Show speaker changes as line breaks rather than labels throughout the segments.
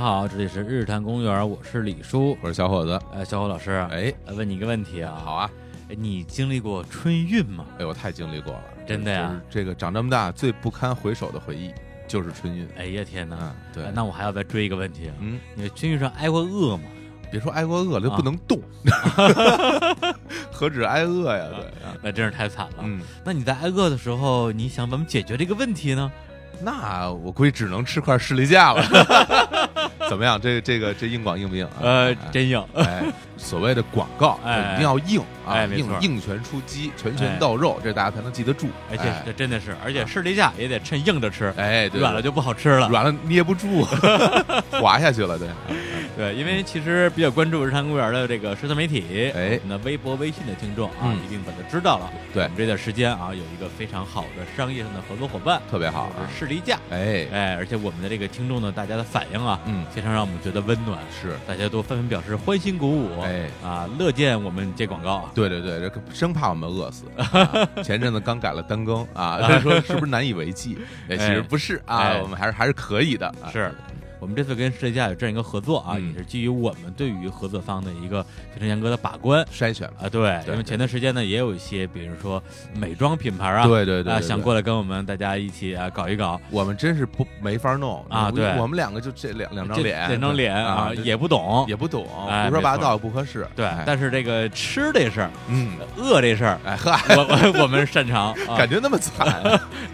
好，这里是日坛公园，我是李叔。
我是小伙子。
哎，小虎老师，
哎，
呃，问你一个问题啊，
好啊，
哎，你经历过春运吗？
哎，我太经历过了，
真的呀
就是这个长这么大最不堪回首的回忆就是春运。
哎呀天哪！
嗯，对
哎，那我还要再追一个问题啊，
嗯，
你在春运上挨过饿吗？
别说挨过饿了，就
啊
不能 动，何止挨饿呀？对，啊
那哎真是太惨了。
嗯，
那你在挨饿的时候，你想怎么解决这个问题呢？
那我估计只能吃块士力架了。 怎么样？这这个这硬广硬不硬啊？
呃，
哎
真硬。
哎，所谓的广告，
哎
一定要硬啊，
哎没
硬
错
硬拳出击，拳
哎
拳到肉，这大家才能记得住。
哎，这
哎
这真的是，而且士力架也得趁硬着吃，
哎，对
软了就不好吃了。
软了捏 不住，滑下去了，对。
对，因为其实比较关注日坛公园的这个社交媒体，
哎
我们的微博、微信的听众啊，
嗯
一定早就知道了。
对
我们这段时间啊，有一个非常好的商业上的合作伙伴，
特别好啊
就是士力架。
哎，
哎，而且我们的这个听众呢，大家的反应啊，
嗯，
非常让我们觉得温暖，
是，
大家都纷纷表示欢欣鼓舞，
哎
啊，乐见我们接广告啊。
对对对，这个生怕我们饿 死。啊前阵子刚改了单更啊，他说是不是难以为继？哎，其实不是啊
哎，
我们还是还是可以的。啊
是我们这次跟世界家有这样一个合作啊，
嗯
也是基于我们对于合作方的一个非常严格的把关
筛选了，
啊。对，
对
因为前段时间呢，也有一些比如说美妆品牌啊，
对对对
啊，
对
想
对
过来跟我们大家一起啊搞一搞。
我们真是不没法弄
啊
我
对
我们两个就这两两张
这
脸，
两张脸
啊
啊，，
这
也不懂，
也不懂，
哎
胡说八道也不合适。
对
哎，
但是这个吃这事儿，
嗯，
饿这事儿，
哎呵，
我我我们擅 长啊，
感觉那么惨，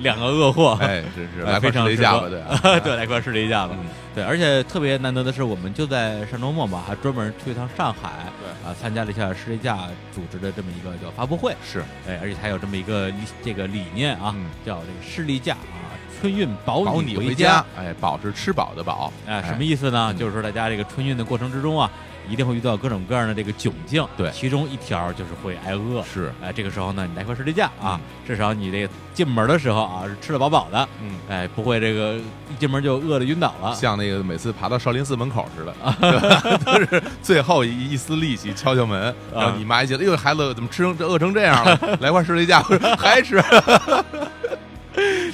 两个饿货，
哎，真是
哎
来
非
块
常
雷
适
架
合
吧，对啊
对，来一块试了一下吧。
嗯
对，而且特别难得的是，我们就在上周末嘛，还专门去一趟上海，
对
啊，参加了一下士力架组织的这么一个叫发布会，
是，
哎，而且它有这么一个理这个理念啊，
嗯
叫这个士力架啊，春运保
保你
回
回家，哎，饱是吃饱的饱，
哎，什么意思呢？
嗯
就是说大家这个春运的过程之中啊，一定会遇到各种各样的这个窘境，
对
其中一条就是会挨饿。
是，
哎，这个时候呢，你来块士力架啊，至少你这进门的时候啊是吃得饱饱的，
嗯，
哎，不会这个一进门就饿得晕倒了。
像那个每次爬到少林寺门口似的，
啊
对吧都是最后一一丝力气敲敲
啊
门，然后你妈一觉得，哎呦，孩子怎么吃成这饿成这样 了？来块士力架，我说还吃。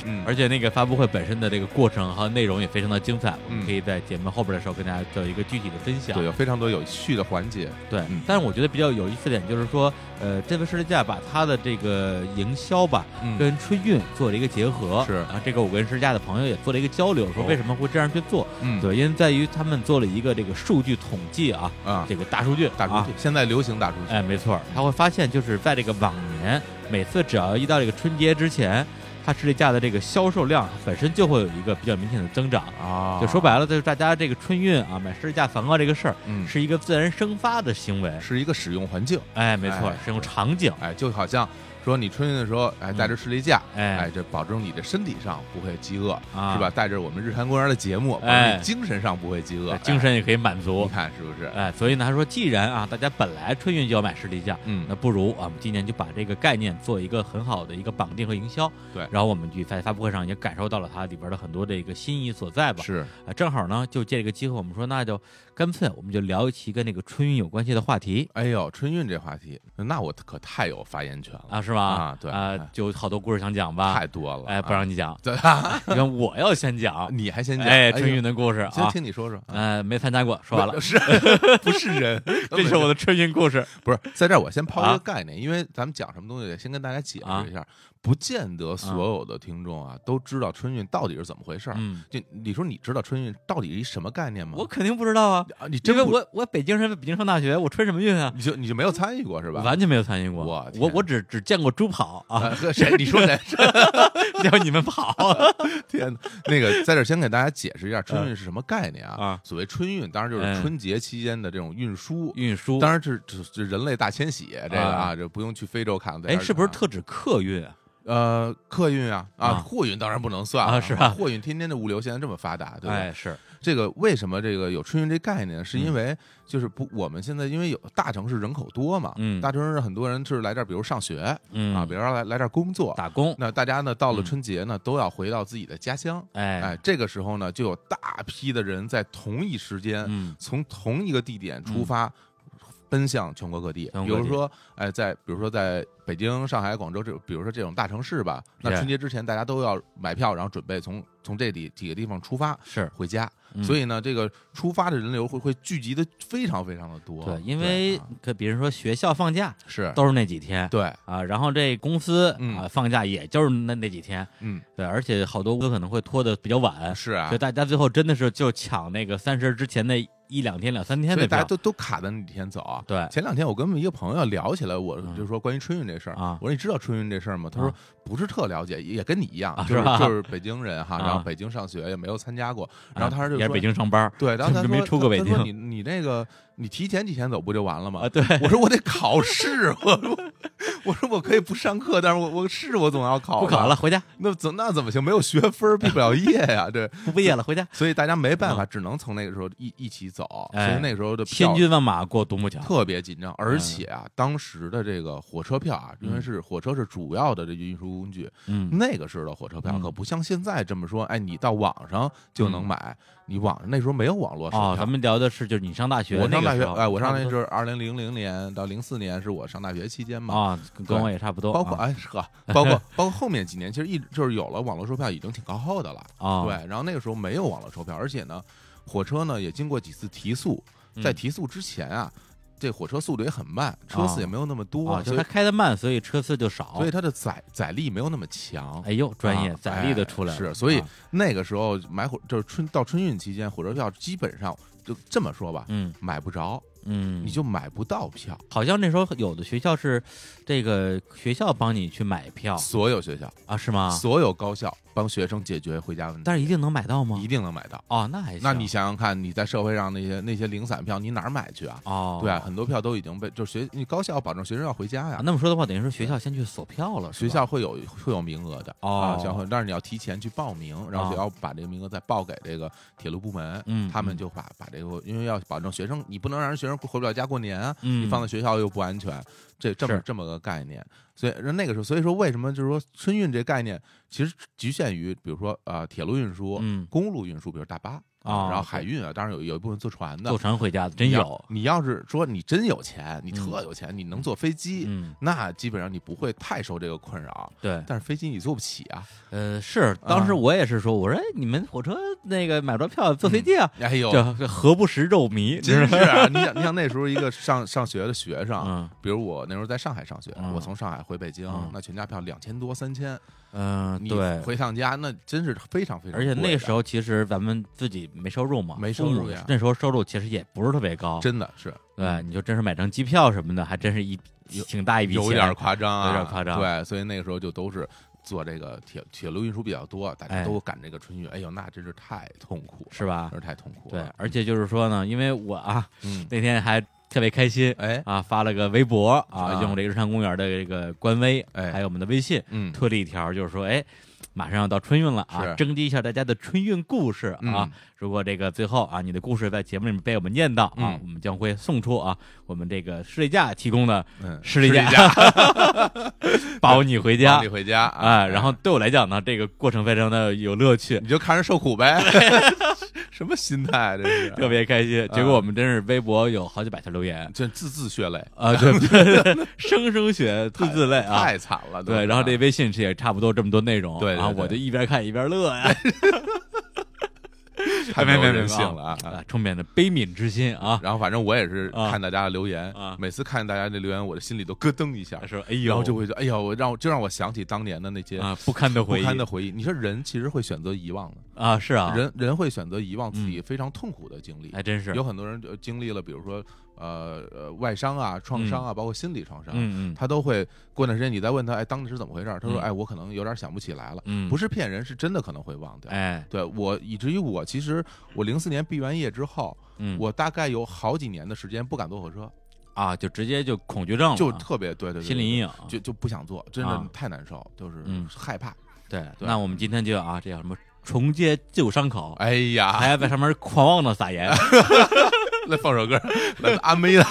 嗯，
而且那个发布会本身的这个过程和内容也非常的精彩，我们
嗯
可以在节目后边的时候跟大家做一个具体的分享。
对，有非常多有趣的环节，
对
嗯
但是我觉得比较有意思的点就是说，呃，这位士力架把它的这个营销吧，
嗯
跟春运做了一个结合，
是
啊，这个我跟世家的朋友也做了一个交流，说
哦
为什么会这样去做？
嗯
对，因为在于他们做了一个这个数据统计啊，
啊，
这个大数据，
大数
啊
据，现在流行大数据，
哎，没错，他会发现就是在这个往年，每次只要一到这个春节之前，它士力架的这个销售量本身就会有一个比较明显的增长。哎
啊
就说白了，就是大家这个春运啊，买士力架梵高这个事儿，
嗯，
是一个自然生发的行为。
是一个使用环境，
哎，没错
哎，
是用场景。
哎，就好像说你春运的时候，哎，
嗯
带着士力架，
哎
哎，这保证你的身体上不会饥饿，
啊
是吧？带着我们日坛公园的节目，保
哎
证你精神上不会饥饿
对，精
哎
神也可以满足
你。看是不是？
哎，所以呢，他说，既然啊，大家本来春运就要买士力架，
嗯
那不如啊我们今年就把这个概念做一个很好的一个绑定和营销。
对
然后我们就在发布会上也感受到了它里边的很多的一个新意所在吧。
是，
啊，正好呢，就借这个机会，我们说那就干脆我们就聊一期跟那个春运有关系的话题
哎呦，春运这话题，那我可太有发言权了，
啊，是吧？
啊对
啊
哎，
就有好多故事想讲吧。
太多了。
哎，不
啊，
让你讲，
对，
你看我要先讲。
你还 先讲。
哎，
呦
春运，的故事
先
啊，
听你说说。啊
呃，没参加过，说完了，
是 不是 人？
这是我的
的，
春运故事。
不是在这儿。我先抛一
啊
个概念，因为咱们讲什么东西得先跟大家解释一下，不见
啊
得所有的听众啊都知道春运到底是怎么回事儿。
嗯，
就李叔，你知道春运到底是一什么概念吗？
我肯定不知道啊，
啊，你
因
真
为
不
我我北京人，北京上大学，我春什么运啊？
你就你就没有参与过是吧？
完全没有参与过，
我
我
天
我只只见过猪跑啊，
啊，谁？你说谁？
叫你们 跑，
天哪！那个在这儿先给大家解释一下春运是什么概念啊？
嗯啊
所谓春运，当然就
嗯
是春节期间的这种运输。
运输。
当然是，这这人类大迁徙这个
啊
啊，这不用去非洲看。在
哎，
这儿
是不是
看啊
特指客运啊？
呃客运啊
啊
啊货运当然不能算
啊
了
是吧
货运天天的物流现在这么发达，对吧？啊
哎，嗯是，
这个为什么这个有春运这概念？是因为就是不我们现在因为有大城市人口多嘛，
嗯
大城市很多人是来这儿，比如上学
嗯
啊，比如说来来这儿工作，
打工，
那大家呢到了
嗯
春节呢都要回到自己的家乡，
哎，
哎，这个时候呢，就有大批的人在同一时间、
嗯，
从同一个地点出发，奔向全国各地。
全国
比
各地
如说，哎，在比如说在北京、上海、广州这，比如说这种大城市吧，那
Yeah
春节之前大家都要买票，然后准备从从这里几个地方出发
是
回家，
嗯
所以呢，这个出发的人流会会聚集的非常非常的多。
对，因为
啊
可比如说学校放假
是
都是那几天，
对，
啊，然后这公司
嗯
啊放假也就是那那几天，
嗯，
对，而且好多公司可能会拖得比较晚，
是啊
所以，大家最后真的是就抢那个三十之前那一两天、两三天
所
的
以大家
票，
都都卡在那几天走。啊
对
前两天我跟一个朋友聊起来，我
嗯
就说关于春运这事儿
啊
我说你知道春运这事儿吗？他说
啊
不是特了解，也也跟你一样，
啊
就是
是吧
就是北京人哈，
啊
然后北京上学也没有参加过，然后他就
也是
说
北。京上班儿
对，然后他
就
说
没出过北
他
京
说你你那个你提前几天走不就完了吗
啊，？对，
我说我得考试，我我 我说我可以不上课，但是我我试我总要考，
不考了，，回家，
那怎那怎么行？没有学分毕不了业呀，对，
不 毕业了，回家。
所以大家没办法，只能从那个时候一一起走，所
啊哎
以那个时候的票
千军万马过独木桥，
特别紧张，而且啊，当时的这个火车票啊，因为
嗯
是火车是主要的这运输工具，
嗯，
那个时候的火车票
嗯
可不像现在这么说，哎，你到网上就能买，你网那时候没有网络售
哦，咱
票。
们聊的是就是你上大学，
我上大学，哎，
哎，
我上那
差不
就
多
是二零零零年到零四年，是我上大学期间嘛，
啊，跟跟我也差不多，
包括
啊
哎呵，包括包括后面几年，其实一直就是有了网络售票，已经挺靠后的了。
啊，
对，然后那个时候没有网络售票，而且呢，火车呢也经过几次提速，在
嗯
提速之前啊，这火车速度也很慢，车次也没有那么多，
啊，就
所
它
以
开的慢，所以车次就少
所以。它的载载力没有那么强。
哎呦，专业
啊
载力都出来
哎
了，
是所以
啊
那个时候买火就是春到春运期间，火车票基本上就这么说吧，
嗯
买不着，
嗯，
你就买不到票。
好像那时候有的学校是这个学校帮你去买票
所有学校、
啊，是吗？
所有高校帮学生解决回家问题，
但是一定能买到吗
一？定能买到。
哦，那还行。
那你想想看，你在社会上那些那些零散票，你哪儿买去啊？
哦，
对啊，很多票都已经被就是学你高校保证学生要回家
啊
呀，
那么说的话，等于说学校先去锁票了，是
学
吧
校会有会有名额的
哦
啊，学校会，但是你要提前去报名，然后学校把这个名额再报给这个铁路部门，
嗯
他们
嗯
就把把这个，因为要保证学生，你不能让人学生回不了家过年啊，
嗯
你放在学校又不安全，这这么
是
这么个概念，所以那个时候，所以说为什么就是说春运这概念其实局限于比如说呃铁路运输、
嗯
公路运输，比如大巴
哦
然后海运啊，当然有有一部分坐船的
坐，船回家的，真
你要
有。
你要是说你真有钱，你特
嗯
有钱，你能坐飞机，
嗯，
那基本上你不会太受这个困扰。
对，
但是飞机你坐不起啊！
呃，是，当时
啊
我也是说，我说哎你们火车那个买不着票，坐飞机啊，
哎呦，
这这何不食肉糜？
真
你
是
知道吗
啊！你想，你想那时候一个上上学的学生，
嗯
比如我那时候在上海上学，
嗯
我从上海回北京
嗯，
那全家票两千多、三千，
嗯，
你
对。
回趟家那真是非常非常
而
贵
且
的。
那时候其实咱们自己没收入嘛，
没
父
收
母
入呀
那时候收入其实也不是特别高，
真的是
对，你就真是买张机票什么的，还真是一
有
挺大一笔钱，
有一点夸张啊，
有点夸张
对，所以那个时候就都是。坐这个铁铁路运输比较多，大
哎
家都赶这个春运，哎呦，那真是太痛苦了，
是吧
真？是太痛苦
对
了。，
而且就是说呢，因为我啊
嗯，
那天还特别开心
哎，
啊，发了个微博啊，
啊
用这个日常公园的这个官微，
哎
还有我们的微信，
嗯，
推了一条，就是说，哎，马上要到春运了啊，
是
征集一下大家的春运故事啊。
嗯
如果这个最后啊，你的故事在节目里面被我们念到啊，
嗯
我们将会送出啊，我们这个士力架提供的
嗯，
士力架，保你回家
放你。回家啊
哎，然后对我来讲呢，这个过程非常的有乐 趣，
你就看人受苦呗，什么心态啊这是？
特别开心。结
嗯
果我们真是微博有好几百条留 言，
这字字血泪，
啊， 对，对生生血，字字泪啊。
太惨了。都
对，
是
然后这微信是也差不多这么多内容，
对对
然后
对
我就一边看一边乐啊呀，
太
没
没有
没没
人性了啊！ 啊
啊，充满着悲悯之心啊，
然后反正我也是
啊
看大家的留言
啊，
每次看大家的留言，我的心里都咯噔一下，
说哎呦，
然后就会说，哎呀，我让我就让我想起当年的那些
啊不堪的
不
回忆
堪的回忆。你说人其实会选择遗忘的，
啊，是啊，
人人会选择遗忘自己非常痛苦的经历。
还真是，
有很多人就经历了，比如说呃呃外伤啊、创伤啊，包括心理创伤，
嗯嗯，
他都会过段时间你再问他，哎，当时怎么回事儿？他说，
嗯
哎，我可能有点想不起来了。
嗯
不
是，
是骗人，是真的可能会忘掉。
哎，
对我，以至于我其实我零四年毕完业之后，
嗯，
我大概有好几年的时间不敢坐火车，
啊，就直接就恐惧症了，
就特别对对对
啊心理阴
影，
影，
就就不想坐，真
啊
的太难受，就是
嗯
害怕。
对。
对
那我们今天就啊，这叫什么重揭旧伤口，
哎呀
还，要在上面狂妄的撒盐，
来放首歌，来自阿妹的。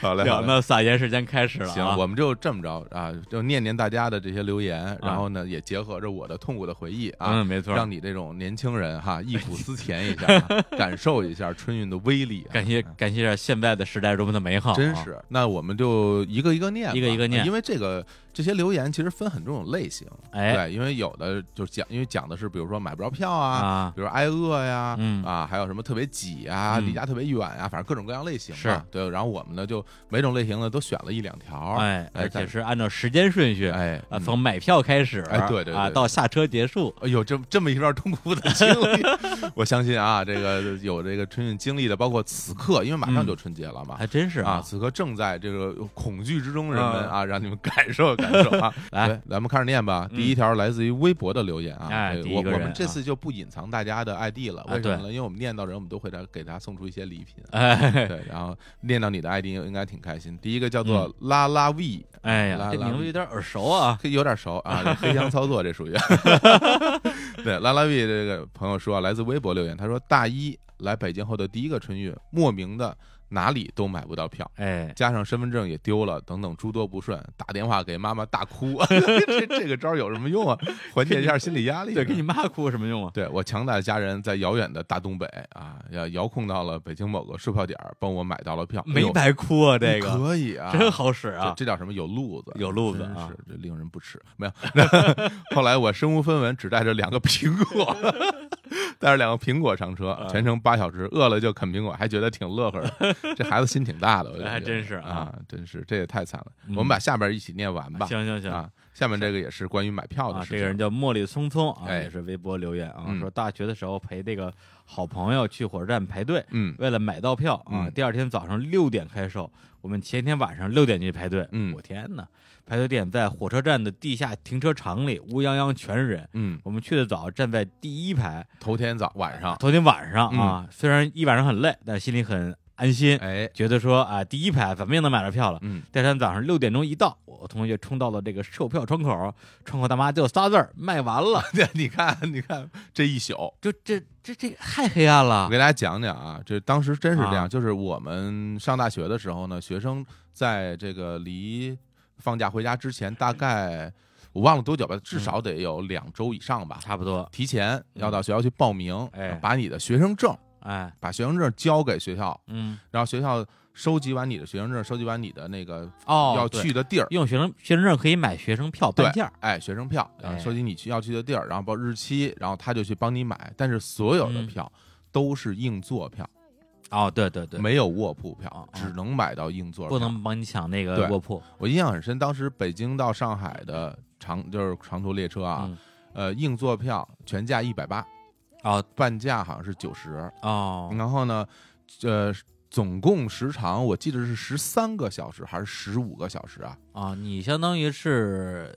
好嘞，
聊
好嘞
那撒盐时间开始了、啊，
行，我们就这么着啊，就念念大家的这些留言，然后呢，也结合着我的痛苦的回忆啊，
嗯没错
让你这种年轻 人哈忆苦思甜一下啊，感受一下春运的威力啊。
感谢感谢一下现在的时代多么的美好、啊，
真是，那我们就一个一个念吧，
一个一个念
因为这个这些留言其实分很多种类型，
哎
对，因为有的就是讲，因为讲的是比如说买不着票
啊
比如挨饿呀，
嗯
啊，还有什么特别挤啊，
嗯
离家特别远啊，反正各种各样类型吧
是
对，然后我们呢就每种类型呢都选了一两条，
哎，而
但
且是按照时间顺序，
哎
啊，
嗯
从买票开始，
哎对对对
啊，
对
到下车结束，
哎呦，这这么一段痛苦的经 历，我相信啊，这个有这个春运经历的，包括此刻，因为马上就春节了嘛，
嗯还真是
啊，
啊，
此刻正在这个恐惧之中，人们
嗯
啊，让你们感受感受啊。
来嗯
对，咱们开始念吧。第一条来自于微博的留言啊，
哎
这个
第一
我
个
我
人
们这
啊
次就不隐藏大家的 ID 了，为什
对
么呢？因为我们念到人，我们都会给他给他送出一些礼品。啊
哎
对，然后念到你的 ID 应该挺开心。第一个叫做
嗯
拉拉 V，
哎呀，
拉
这
拉
名字
米
有点耳熟啊，
有点熟 啊，这黑箱操作这属于。对，拉拉 V 这个朋友说啊，来自微博留言，他说大一来北京后的第一个春运，莫名的哪里都买不到票。
哎，
加上身份证也丢了，等等诸多不顺，打电话给妈妈大哭， 这这个招儿有什么用啊？缓解一下心理压力。
对，跟你妈哭有什么用啊？
对我强大的家人在遥远的大东北啊，要遥控到了北京某个售票点儿，帮我买到了票，哎
没
呦
白哭啊，这个
可以啊，
真好使
这
啊，
这叫什么？有路子，
有路子
真
啊
是这令人不齿。没有， 后来我身无分文，只带着两个苹果， 带着两个苹果上
啊
车，全程八小时，饿了就啃苹果，还觉得挺乐呵的。 这孩子心挺大的，我觉得
还真是啊
啊，真是这也太惨了。
嗯
我们把下边一起念完吧。
行行行。
啊，下面这个也是关于买票的
啊，
事
这
情。
个人叫茉莉匆匆啊，
哎
也是微博留言啊，
嗯
说大学的时候陪这个好朋友去火车站排队，
嗯，
为了买到票啊，
嗯
第二天早上六点开售，我们前天晚上六点就去排队。
嗯
我天哪！排队点在火车站的地下停车场里，乌泱泱全是人。
嗯，
我们去的早，站在第一排。
头天早晚上，
头天晚上啊，虽然一晚上很累，但心里很安心，
哎，
觉得说啊，第一排怎么也能买着票了。
嗯，
第二天早上六点钟一到，我同学冲到了这个售票窗口，窗口大妈就仨字儿：“卖完了。
你看，你看这一宿，”
就这这这太黑暗
我
了
给大家讲讲啊，这当时真是这样，
啊
就是我们上大学的时候呢，学生在这个离放假回家之前，大概我忘了多久吧，至少得有两周以上吧，
差不多，
提前要到学校去报名，
嗯哎
把你的学生证，
哎，
把学生证交给学校，
嗯，
然后学校收集完你的学生证，收集完你的那个
哦，
要
对
去的地儿。
用学生学生证可以买学生票
对
半价儿，，
哎，学生票，然
哎
后收集你去要去的地儿，然后报日期，然后他就去帮你买，但是所有的
嗯
票都是硬座票，
哦，对对对，
没有卧铺票
啊，
只能买到硬座票。
不能帮你抢那个
对
卧铺
我印象很深，当时北京到上海的长就是长途列车啊，
嗯
呃，硬座票全价一百八，
哦
半价好像是九十。
哦，
然后呢，呃，总共时长我记得是十三个小时还是十五个小时啊？
啊，你相当于是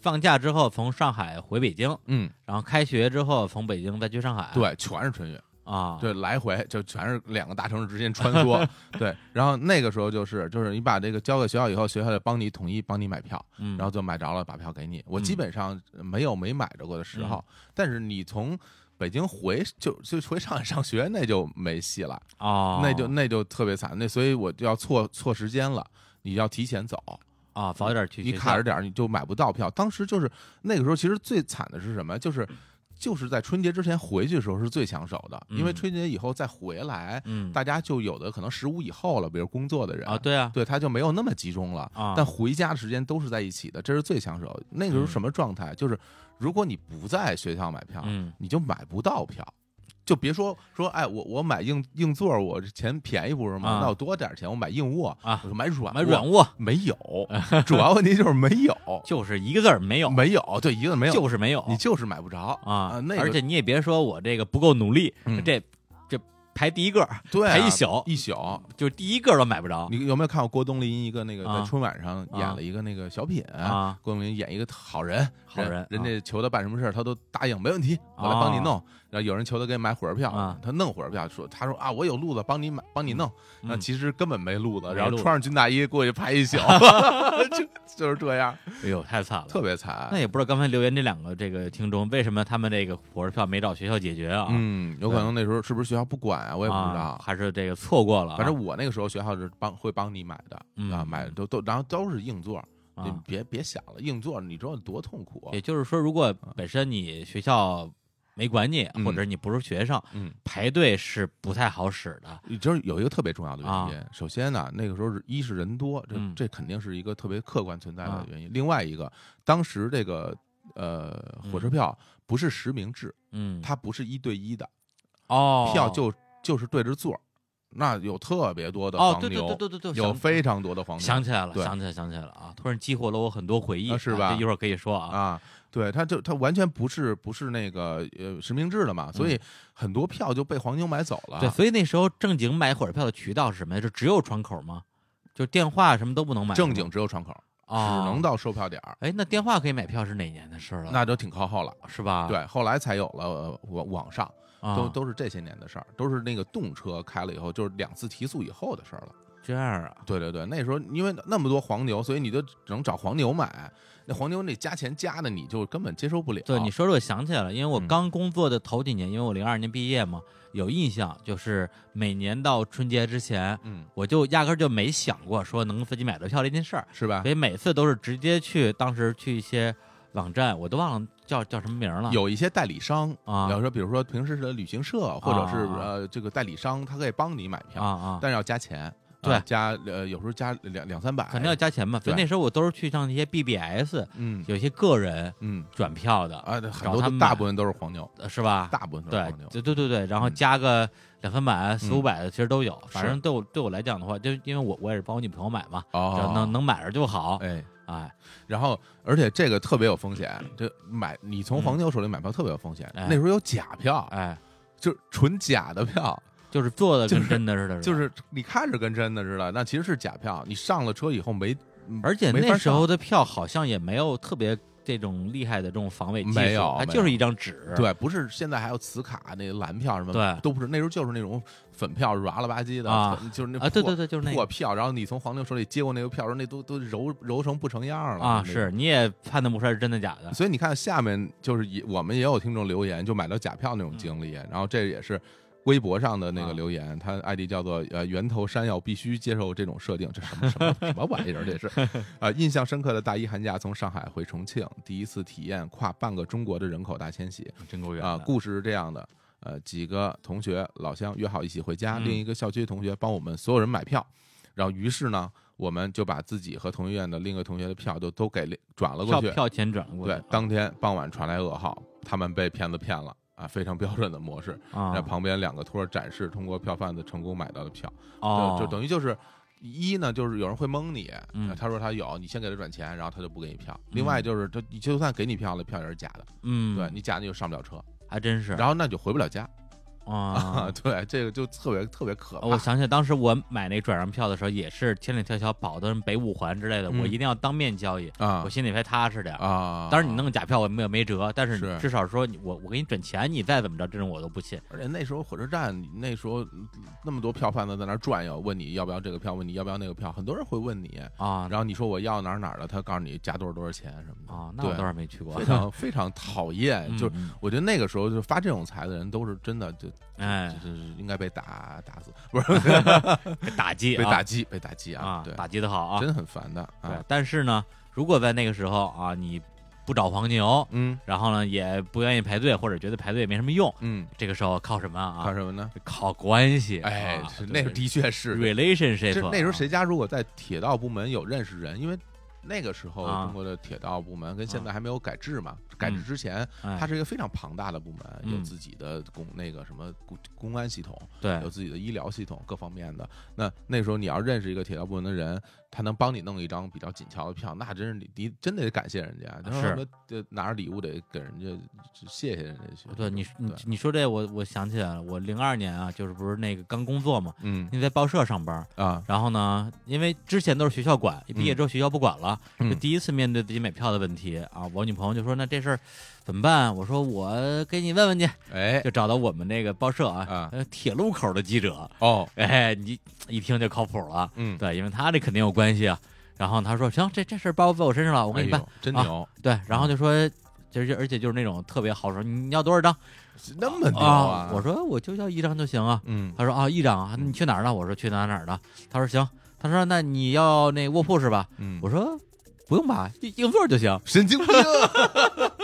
放假之后从上海回北京，
嗯，
然后开学之后从北京再去上海，
对，全是春运，
啊，
对，来回就全是两个大城市之间穿 梭。对，然后那个时候就是就是你把这个交给学校以后，学校就帮你统一帮你买票。
嗯，
然后就买着了，把票给你。我基
嗯
本上没有没买着过的时候，但是你从北京回就就回上海上学，那就没戏了，
哦，
那就那就特别惨。那所以我就要错错时间了。你要提前走，
啊早点去
嗯你
学校，
卡着点儿你就买不到票。当时就是那个时候，其实最惨的是什么？就是就是在春节之前回去的时候是最抢手的，因为
嗯
春节以后再回来，
嗯
大家就有的可能十五以后了，比如工作的人
啊对啊
对，他就没有那么集中了。
啊嗯
但回家的时间都是在一起的，这是最抢手。那个时候什么状态？就是如果你不在学校买票，
嗯
你就买不到票。就别说说，哎，我我买硬硬座，我这钱便宜不是
啊
吗？那我多点儿钱，我买硬卧
啊
我说买软
买
卧
软卧
没 有，主要问题就是没有，
就是一个字儿没有，
没有，对，一个嗯没有，
就是没有
你就是买不着
啊，
那
而
个
且你也别说我这个不够努力
嗯，
这这排第一个儿
对啊
排一宿
一宿，
就是第一个都买不着
你有没有看过郭冬临一个那个
啊
在春晚上演
啊
了一个那个小品
啊？
郭冬临演一个好人，
好人
人
啊
家求他办什么事儿，他都答应，没问题，我来帮你弄。然后有人求他给买火车票
啊，
他弄火车票，说他说啊，我有路子，帮你买，帮你弄。
嗯
那其实根本没路子，
没
然后
路子
穿上军大衣过去拍一 宿， 就就是这样，
哎呦，太惨了，
特别惨
那。也不知道刚才留言这两个这个听众为什么他们这个火车票没找学校解决啊？
嗯嗯，有可能那时候是不是学校不管买啊？我也不知道
啊，。还是这个错过了啊。
反正我那个时候学校是帮会帮你买的、
嗯
啊，买的都都，然后都是硬座，
啊
你别别想了，硬座你知道多痛苦啊
也就是说，如果本身你学校没管你，
嗯
或者你不是学生，
嗯，
排队是不太好使的。
你知道有一个特别重要的原因，首先呢，那个时候是一是人多，这、
啊嗯
这肯定是一个特别客观存在的
啊
原因。另外一个，当时这个呃火车票不是实名制，
嗯，
它不是一对一的，
哦，
票就就是对着座儿，那有特别多的
哦，
黄
对对
牛，
对对对对，
有
想
非常多的黄牛，
想起来了，
对
想起来，想起来了啊！突然激活了我很多回忆，
啊是吧
啊这一会儿可以说啊，
啊，对，他就他完全不是不是那个呃实名制的嘛，所以很多票就被黄牛买走了。
嗯对，所以那时候正经买火车票的渠道是什么呀？就只有窗口吗？就电话什么都不能买吗，
正经只有窗口，只
啊，
能。到售票点儿，
哎，那电话可以买票是哪年的事儿了？
那都挺靠后了。
是吧？
对，后来才有了呃网网上，
啊，
都都是这些年的事儿，都是那个动车开了以后，就是两次提速以后的事儿了。
这样啊，
对对对，那时候因为那么多黄牛，所以你就只能找黄牛买，那黄牛那加钱加的，你就根本接受不了。
对，你说这我想起来了，因为我
啊嗯
刚工作的头几年，因为我零二年毕业嘛，有印象，就是每年到春节之前，
嗯，
我就压根儿就没想过说能自己买到票这件事儿，
是吧
所？以每次都是直接去当时去一些网站，我都忘了叫叫什么名儿了，
有一些代理商
啊
要说比如说平时的旅行社或者是
啊啊
呃这个代理商，他可以帮你买
啊
票，
啊，
但是要加钱，啊
对
加呃有时候加两两三百，
肯定要加钱嘛，所以
对
那时候我都是去上那些 BBS，
嗯
有些个人
嗯
转票的，
啊，很
找
多
他
都
们
大
买
部分都是黄牛，
呃是吧？
大部分都是
对
黄牛，
对对对对，然后
嗯
加个两三百、四五
嗯
百的，其实都有。反
是
正对我对我来讲的话，就因为我我也是帮我女朋友买嘛，只要
哦，
能能买着就好。
哎，
哎，
然后而且这个特别有风险，这买你从黄牛手里买票特别有风险，
嗯哎
那时候有假票，
哎，
就是纯假的票，
就是做的
就
跟
是
真的似的，
就是
吧。
是你看着跟真的似的，那其实是假票，你上了车以后没，
而且
嗯没法
那时候
上
的票好像也没有特别这种厉害的这种防伪技术，
没有
它
没
就是
有
一张纸。
对，不是现在还有磁卡那个蓝票什么，
对
都不是，那时候就是那种粉票软了吧唧的
啊
粉就是那
啊，对
破
对对，就是那
破
个
票，然后你从黄牛手里接过那个票的时候，那都都揉揉成不成样了
啊，
那
是
种。
你也判断不出来是真的假的。
所以你看，下面就是也我们也有听众留言，就买到假票那种经
嗯
历，然后这也是微博上的那
啊
个留言，他 ID 叫做呃源头山药必须接受这种设定，这什么什么什么玩意儿这是？啊，印象深刻的大一寒假从上海回重庆，第一次体验跨半个中国的人口大迁徙，
真够
啊，故事是这样的，呃，几个同学老乡约好一起回家，
嗯
另一个校区的同学帮我们所有人买票，然后于是呢，我们就把自己和同学院的另一个同学的票就都给转了过
票
去。
票钱转过去，
对，当天傍晚传来噩耗，他们被骗子骗了啊，非常标准的模式。
啊
那，旁边两个托儿展示通过票贩子成功买到的票，
哦，
就就等于就是。一呢，就是有人会蒙你
嗯，
他说他有，你先给他转钱，然后他就不给你票。
嗯
另外就是，他你就算给你票了，票也是假的，
嗯，
对你假的就上不了车，
还真是
然后那就回不了家。
啊
对，这个就特别特别 可怕。
哦我想起来当时我买那转让票的时候，也是千里迢迢跑到什么北五环之类的，
嗯
我一定要当面交易，
啊
我心里才踏实点儿。
啊！
当然你弄，个假票我没有没辙，但是
是
至少说你我我给你转钱，你再怎么着，这种我都不信。
而且那时候火车站，那时候那么多票贩子在那儿转悠，问你要不要这个票，问你要不要那个票，很多人会问你，
啊
然后你说我要哪儿哪儿的，他告诉你加多少多少钱什么的，
啊，那我
对
倒是没去过
非。常 非常讨厌。
嗯
就是
嗯
我觉得那个时候就发这种财的人都是真的就
哎
就，是应该被打 打死，不是
被打击
被
啊
打击被打击
啊
对，，
打击的好啊。
真很烦的啊
对，，但是呢，如果在那个时候啊，你不找黄牛，
嗯
然后呢也不愿意排队，或者觉得排队也没什么用，
嗯，
这个时候靠什么
看
啊？
什么呢？
靠关系啊。
哎，是
对
那时候的确是
relationship，
这那时候
啊
谁家如果在铁道部门有认识人，因为那个时候
啊
中国的铁道部门跟现在还没有改制嘛，改制之前
哎
它是一个非常庞大的部门，
嗯
有自己的公那个什么公公安系统，
对
有自己的医疗系统各方面的。那那时候你要认识一个铁道部门的人，他能帮你弄一张比较紧俏的票，那真是你你真得感谢人家，然后
是
什么呃拿着礼物得给人家谢谢人家去。
对你你
对
你说这我我想起来了，我零二年啊，就是不是那个刚工作嘛，
嗯
因为在报社上班，
啊，
然后呢，因为之前都是学校管，一毕业之后学校不管了，
嗯
就第一次面对自己买票的问题啊，我女朋友就说那这事儿怎么办？我说我给你问问去，
哎
就找到我们那个报社啊
啊，
呃铁路口的记者，
哦
哎，你一听就靠谱了，
嗯，
对，因为他这肯定有关系啊。然后他说行，这这事儿包在我身上了，我给你办
哎。呦真
啊
牛，
对，然后就说就是而且就是那种特别豪爽，你要多少张
那么牛
啊？我
说，
说我就要一张就行啊。
嗯
他说啊，一张啊，你去哪儿呢？我说去哪儿哪儿呢？他说行。他说那你要那卧铺是吧？
嗯，
我说不用吧，硬硬座就行。
神经病，啊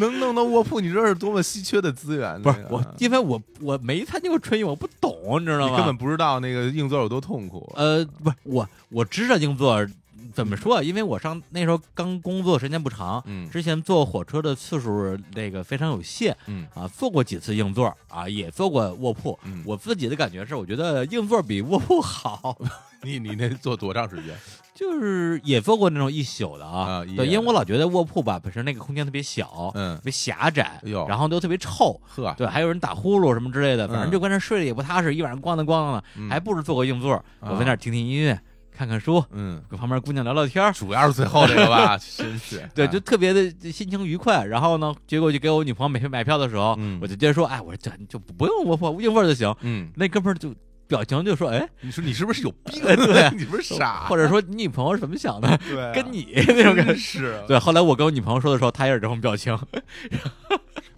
能弄到卧铺，你这是多么稀缺的资源？
不
这
是
个啊
我，因为我我没参加过春运，我不懂，你知道
你
吗？
根本不知道那个硬座有多痛苦。啊
呃，不是我，我知道硬座怎么说，因为我上那时候刚工作时间不长，
嗯
之前坐火车的次数那个非常有限
嗯
啊，坐过几次硬座啊，也坐过卧铺。
嗯，
我自己的感觉是，我觉得硬座比卧铺好，
你你那坐多长时 间？
就是也坐过那种一宿的啊。
啊一夜
对，因为
的
我老觉得卧铺吧本身那个空间特别小，
嗯
特别狭窄
哎呦，
然后都特别臭。
呵，
对，还有人打呼噜什么之类的，反正
嗯
就跟那睡得也不踏实，一晚上咣当咣当的，
嗯啊
还不如坐个硬座儿，我在那儿听听音乐，看看书，
嗯，
跟旁边姑娘聊聊天儿，
主要是最后这个 吧，真是啊
对，就特别的心情愉快。然后呢，结果就给我女朋友买买票的时候，
嗯
我就直接说，哎，我说这就不用我我硬味儿就行。
嗯，
那哥们儿就表情就说，哎，
你说你是不是有病？啊
对
你是不是傻？
或者说你女朋友是怎么想 的，
对啊，
跟你 那种感
真
觉。
是啊
对，后来我跟我女朋友说的时候，她也是这种表情。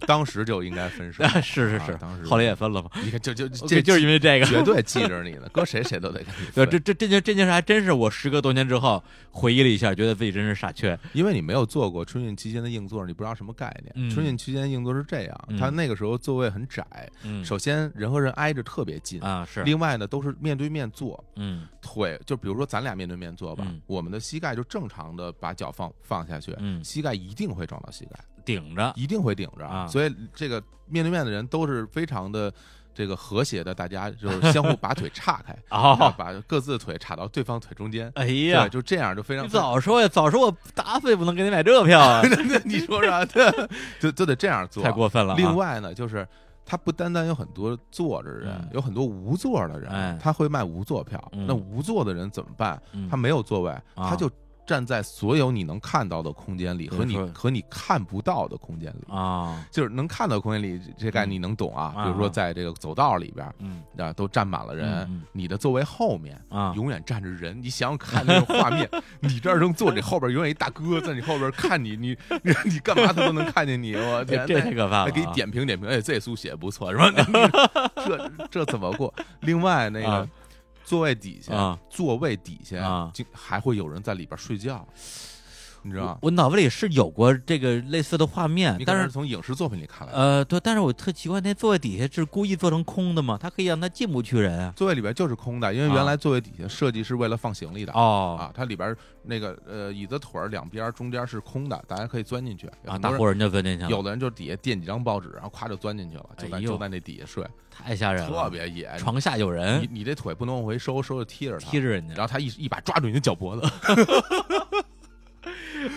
当时就应该 分手。
是是
啊
是
当时，
后来也分了嘛。
你看，就就
这
这
就是因为这个，
绝对记着你呢，搁谁谁都得跟你
对，
分。
这这这件这件事还真是我时隔多年之后回忆了一下，觉得自己真是傻缺。
因为你没有坐过春运期间的硬座，你不知道什么概念。
嗯
春运期间硬座是这样，
嗯
它那个时候座位很窄，
嗯
首先人和人挨着特别近，
啊是，
另外呢都是面对面坐，
嗯
腿就比如说咱俩面对面坐吧，
嗯
我们的膝盖就正常的把脚放放下去，
嗯
膝盖一定会撞到膝盖，
顶着，
一定会顶着，
啊，
所以这个面对面的人都是非常的。这个和谐的，大家就是相互把腿岔开 啊
哦
把各自的腿岔到对方腿中间，
哎
对，
呀，
就这样就非常，
你早说呀，早说我打死也不能给你买这票啊
对对你说啥？对，就就得这样做，
太过分了啊。
另外呢，就是它不单单有很多坐着的人，
嗯
有很多无座的人，
哎
他会卖无座票。
嗯
那无座的人怎么办？
嗯，
他没有座位，
啊
他就站在所有你能看到的空间里
对
和你
说
和你看不到的空间里。
啊，
就是能看到的空间里，这概念你能懂啊？
啊
比如说，在这个走道里边
嗯
啊，都站满了人，
嗯嗯
你的座位后面
啊，
永远站着人，你想想看那种画 面，你这儿正坐着，你后边永远一大哥在你后边看你，你你你干嘛他都能看 见你，我
这
天，
这
那
太可怕了啊，
还给你点评点评，哎，这书写不错 是吧？这这怎么过？另外那
啊
个座位底下，
啊！
座位底下
啊
竟还会有人在里边睡觉，你知道
我
吗？
我脑子里是有过这个类似的画面
你，可
但
能
是
是从影视作品里看来的，
呃，对，但是我特奇怪，那座位底下是故意做成空的吗？他可以让他进不去人啊。
座位里边就是空的，因为
啊
原来座位底下设计是为了放行李的。
哦
啊，它里边那个呃椅子腿儿两边儿中间是空的，大家可以钻进去。有
啊，
很
大
多人
伙人就钻进去了，
有的人就底下垫几张报纸，然后咵就钻进去了，就在
哎呦
就在那底下睡，
太吓人了，
特别野。
床下有
你
人
你这腿不能往回收，收着贴着它，
踢着人家，
然后他一一把抓住你的 脚脖子，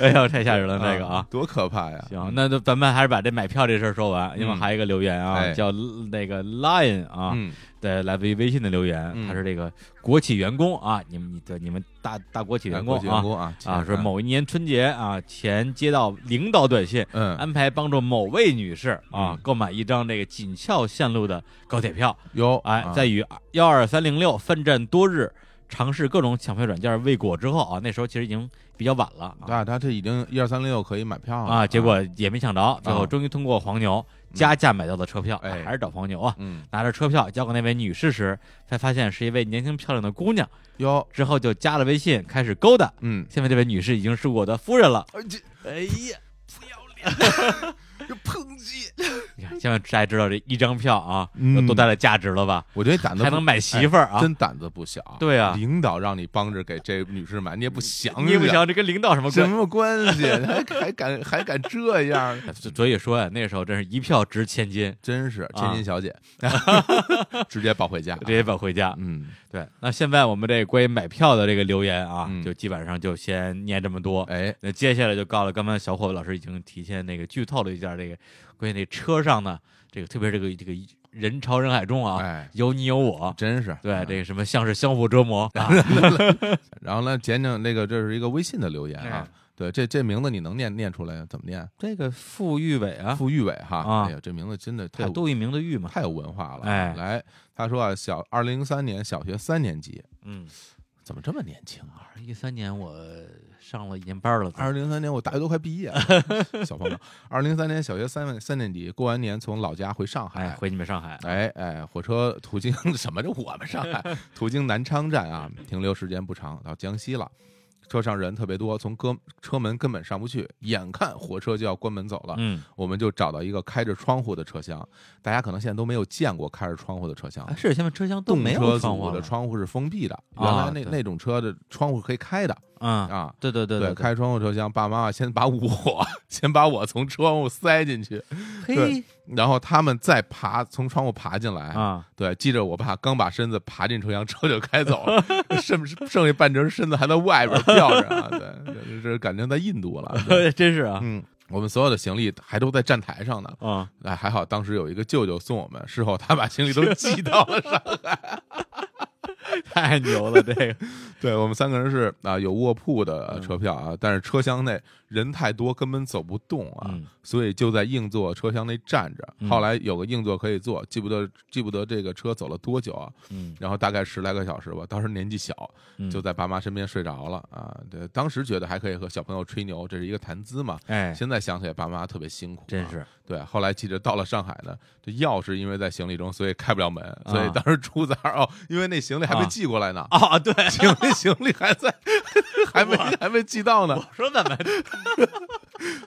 哎呦，太吓人
嗯
了那个啊！，
多可怕呀！
行，那就咱们还是把这买票这事儿说完，因为
嗯
还有一个留言啊，
哎
叫那个 Lion 啊，
嗯，
对，来自于微信的留言，
嗯
他是这个国企员工啊，你们你对你们大大国企
哎
员
国
工
际员
啊
工啊
啊，说，某一年春节啊前接到领导短信，
嗯嗯，
安排帮助某位女士啊
嗯
购买一张这个锦校线路的高铁票，
有
哎
啊，
在与幺二三零六奋战多日，尝试各种抢票软件未果之后啊，那时候其实已经比较晚了啊
啊，他这已经一二三六可以买票了
啊，结，果也没抢着，最后
啊嗯
终于通过黄牛加价买到的车票，
哎
还是找黄牛啊。
嗯，
拿着车票交给那位女士时，才发现是一位年轻漂亮的姑娘。
有，
之后就加了微信，开始勾搭。
嗯，
现在这位女士已经是我的夫人了。
这
哎呀，
不要脸，这抨击，
你看，现在大家知道这一张票啊，
嗯
有多大的价值了吧？
我觉得胆子
还能买媳妇儿
哎
啊？
真胆子不小，
对啊嗯
领导让你帮着给这女士买，你也不想想，
你也不想这跟领导什么
什
关系？
么 关系，还还敢还敢这样，
所以说呀、啊那时候真是一票值千金，
真是
啊
千 金小姐，直接抱回家
直，接返回家。
嗯，
对，那现在我们这关于买票的这个留言啊，
嗯
就基本上就先念这么多。
哎，
那接下来就告了，刚才小伙子老师已经提前那个剧透了一下这个关于这车上呢，这个特别这个这个人潮人海中啊，
哎
有你有我，
真是，
对
嗯
这个 什么像是相互折磨啊，
然后呢，简简那个这是一个微信的留言啊
哎，
对，这这名字你能念念出来？怎么念？
这个傅玉伟啊，
傅玉伟
啊
哈，哎呀，这名字真的太
啊
有
杜聿明的玉嘛，
太有文化了。
哎
啊来，他说啊，小二零零三年小学三年级，
嗯，
怎么这么年轻 啊？
二一三年我上了一年班了，
二零零三年我大学都快毕 业了，小朋友。二零零三年小学三三年级，过完年从老家回上
哎
海，
回你们上海，
哎哎，火车途经什么？这我们上 海途经南昌站啊，停留时间不长，到江西了。车上人特别多，从哥车门根本上不去，眼看火车就要关门走了，
嗯，
我们就找到一个开着窗户的车厢。大家可能现在都没有见过开着窗户的车厢
啊，是现在车厢都
动
没有
车
窗户
组的
了
窗户是封闭的，原
啊
来那
对
那种车的窗户是可以开的
嗯，
啊。
对对对
对，开窗户车厢，爸妈先把我先把我从窗户塞进去，
嘿
对然后他们再爬从窗户爬进来。
啊，
对，记着我爸刚把身子爬进车厢，车就开走了， 剩剩下半截身子还在外边吊着啊。对，这这感觉在印 度了。对
真是啊，
嗯，我们所有的行李还都在站台上呢。
啊，
哎，还好当时有一个舅舅送我们，事后他把行李都寄到了上海。
太牛了这个，
对我们三个人是啊，有卧铺
嗯
的车票啊，但是车厢内人太多，根本走不动啊，
嗯
所以就在硬座车厢内站着。
嗯
后来有个硬座可以坐，记不得记不得这个车走了多久啊？
嗯，
然后大概十来个小时吧。当时年纪小，
嗯
就在爸妈身边睡着了啊。对，当时觉得还可以和小朋友吹牛，这是一个谈资嘛。
哎，
现在想起来，爸妈特别辛苦、啊
真。是
对，后来记着到了上海呢，这钥匙因为在行李中，所以开不了门，
啊
所以当时出子儿哦，因为那行李还没
啊
寄过来呢，
啊，对，
行李行李 还在，还没还没寄到呢，
我说怎么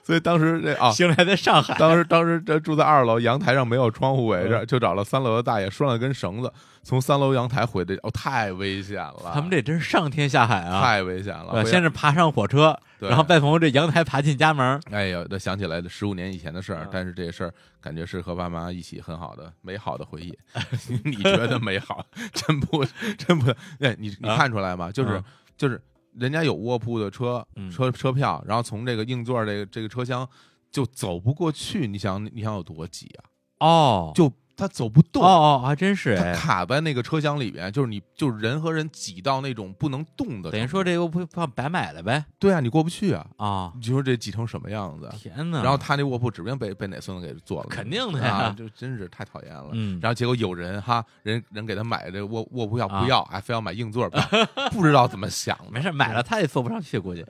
所以当时这啊，
行李还在上海，
当时当时这住在二楼阳台上没有窗户围
嗯
着，就找了三楼的大爷拴了根绳子，从三楼阳台回的，哦，太危险了，
他们这真是上天下海啊，
太危险了，
对，
回
先是爬上火车，
对
然后再从这阳台爬进家门，
哎呀，这想起来十五年以前的事儿
嗯，
但是这事儿感觉是和爸妈一起很好的美好的 回忆。你觉得美好？ 真不真不？哎，你你
啊
看出来吗？就是
嗯
就是，人家有卧铺的车
嗯
车车票，然后从这个硬座这个这个车厢就走不过去。你想你想有多挤啊？
哦，
就他走不动。
哦哦，还真是
他
哎。
卡在那个车厢里边，就是你，就是人和人挤到那种不能动的程度。
等于说这个不怕白买了呗？
对啊，你过不去啊！
啊，
你说这挤成什么样子？啊
天哪！
然后他那卧铺指不定被被哪孙子给做了，
嗯肯定的呀
啊，就真是太讨厌了。
嗯
然后结果有人哈，人人给他买这卧卧铺票
啊
不要，哎，非要买硬座票， 不知道怎么想的，
没事，买了他也坐不上去，估 计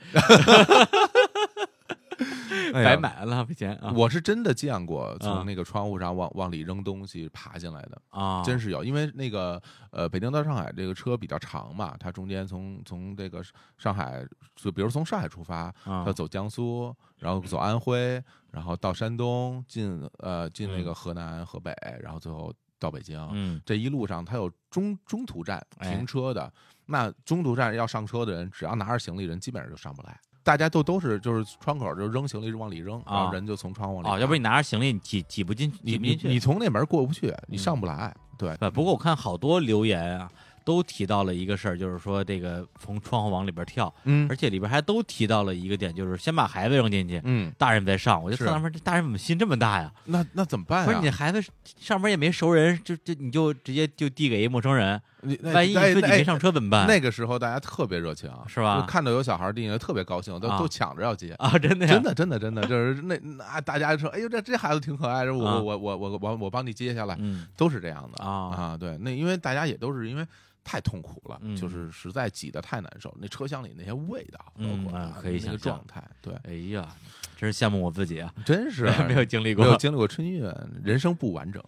哎呀
白。买了浪费钱啊！
我是真的见过
啊
从那个窗户上往往里扔东西爬进来的，
啊，
真是有。因为那个呃，北京到上海这个车比较长嘛，它中间从从这个上海，就比如从上海出发，
啊
要走江苏，然后走安徽，然后到山东，进呃进那个河南、河北，然后最后到北京。
嗯
这一路上它有中中途站
哎
停车的，那中途站要上车的人，只要拿着行李，人基本上就上不来。大家都都是就是窗口就扔行李就往里扔，
啊
然后人就从窗户往里
哦，
爬。
要不然你拿着行李你挤挤不进，
你
挤不
你
进去。
你从那门过不去，你
嗯
上不来。对，
呃，不过我看好多留言啊，都提到了一个事儿，就是说这个从窗户往里边跳，
嗯
而且里边还都提到了一个点，就是先把孩子扔进去，
嗯，
大人再上。我就是看他们这大人怎么心这么大呀？
那那怎么办啊
不是
哎呀
你？孩子上边也没熟人，就就你就直接就递给一陌生人，
你那
万一
哎
你自己没
哎
上车怎么办？
那个时候大家特别热情，
是吧
就看到有小孩儿进去特别高兴，都
啊
都抢着要接。
啊，真的呀
真的，真的，真的，就是那那大家说，哎呦，这这孩子挺可爱的，
啊
我我我我我我帮你接下来，
嗯
都是这样的
啊
啊，对，那因为大家也都是因为太痛苦了，
嗯
就是实在挤得太难受，那车厢里那些味道，包
嗯
括、
啊可以
那个
想象
状态，对，
哎呀，真是羡慕我自己啊，
真是
没有经历
没有
过。
经历过春运，人生不完整。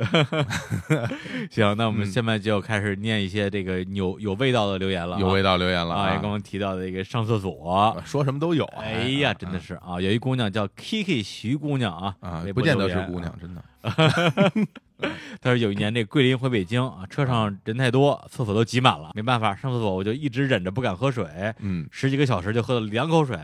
行，那我们
嗯
现在就开始念一些这个有有味道的留言了啊，
有味道留言了
啊，也
啊
刚，刚提到的一个上厕所。
说什么都有啊，
哎呀，真的
是
是啊！有一姑娘叫 Kiki 徐姑娘啊，
啊
微，博
不见得
留言
是姑娘，真的
她说有一年这桂林回北京啊，车上人太多，厕所都挤满了，没办法上厕所，我就一直忍着不敢喝水，
嗯
十几个小时就喝了两口水，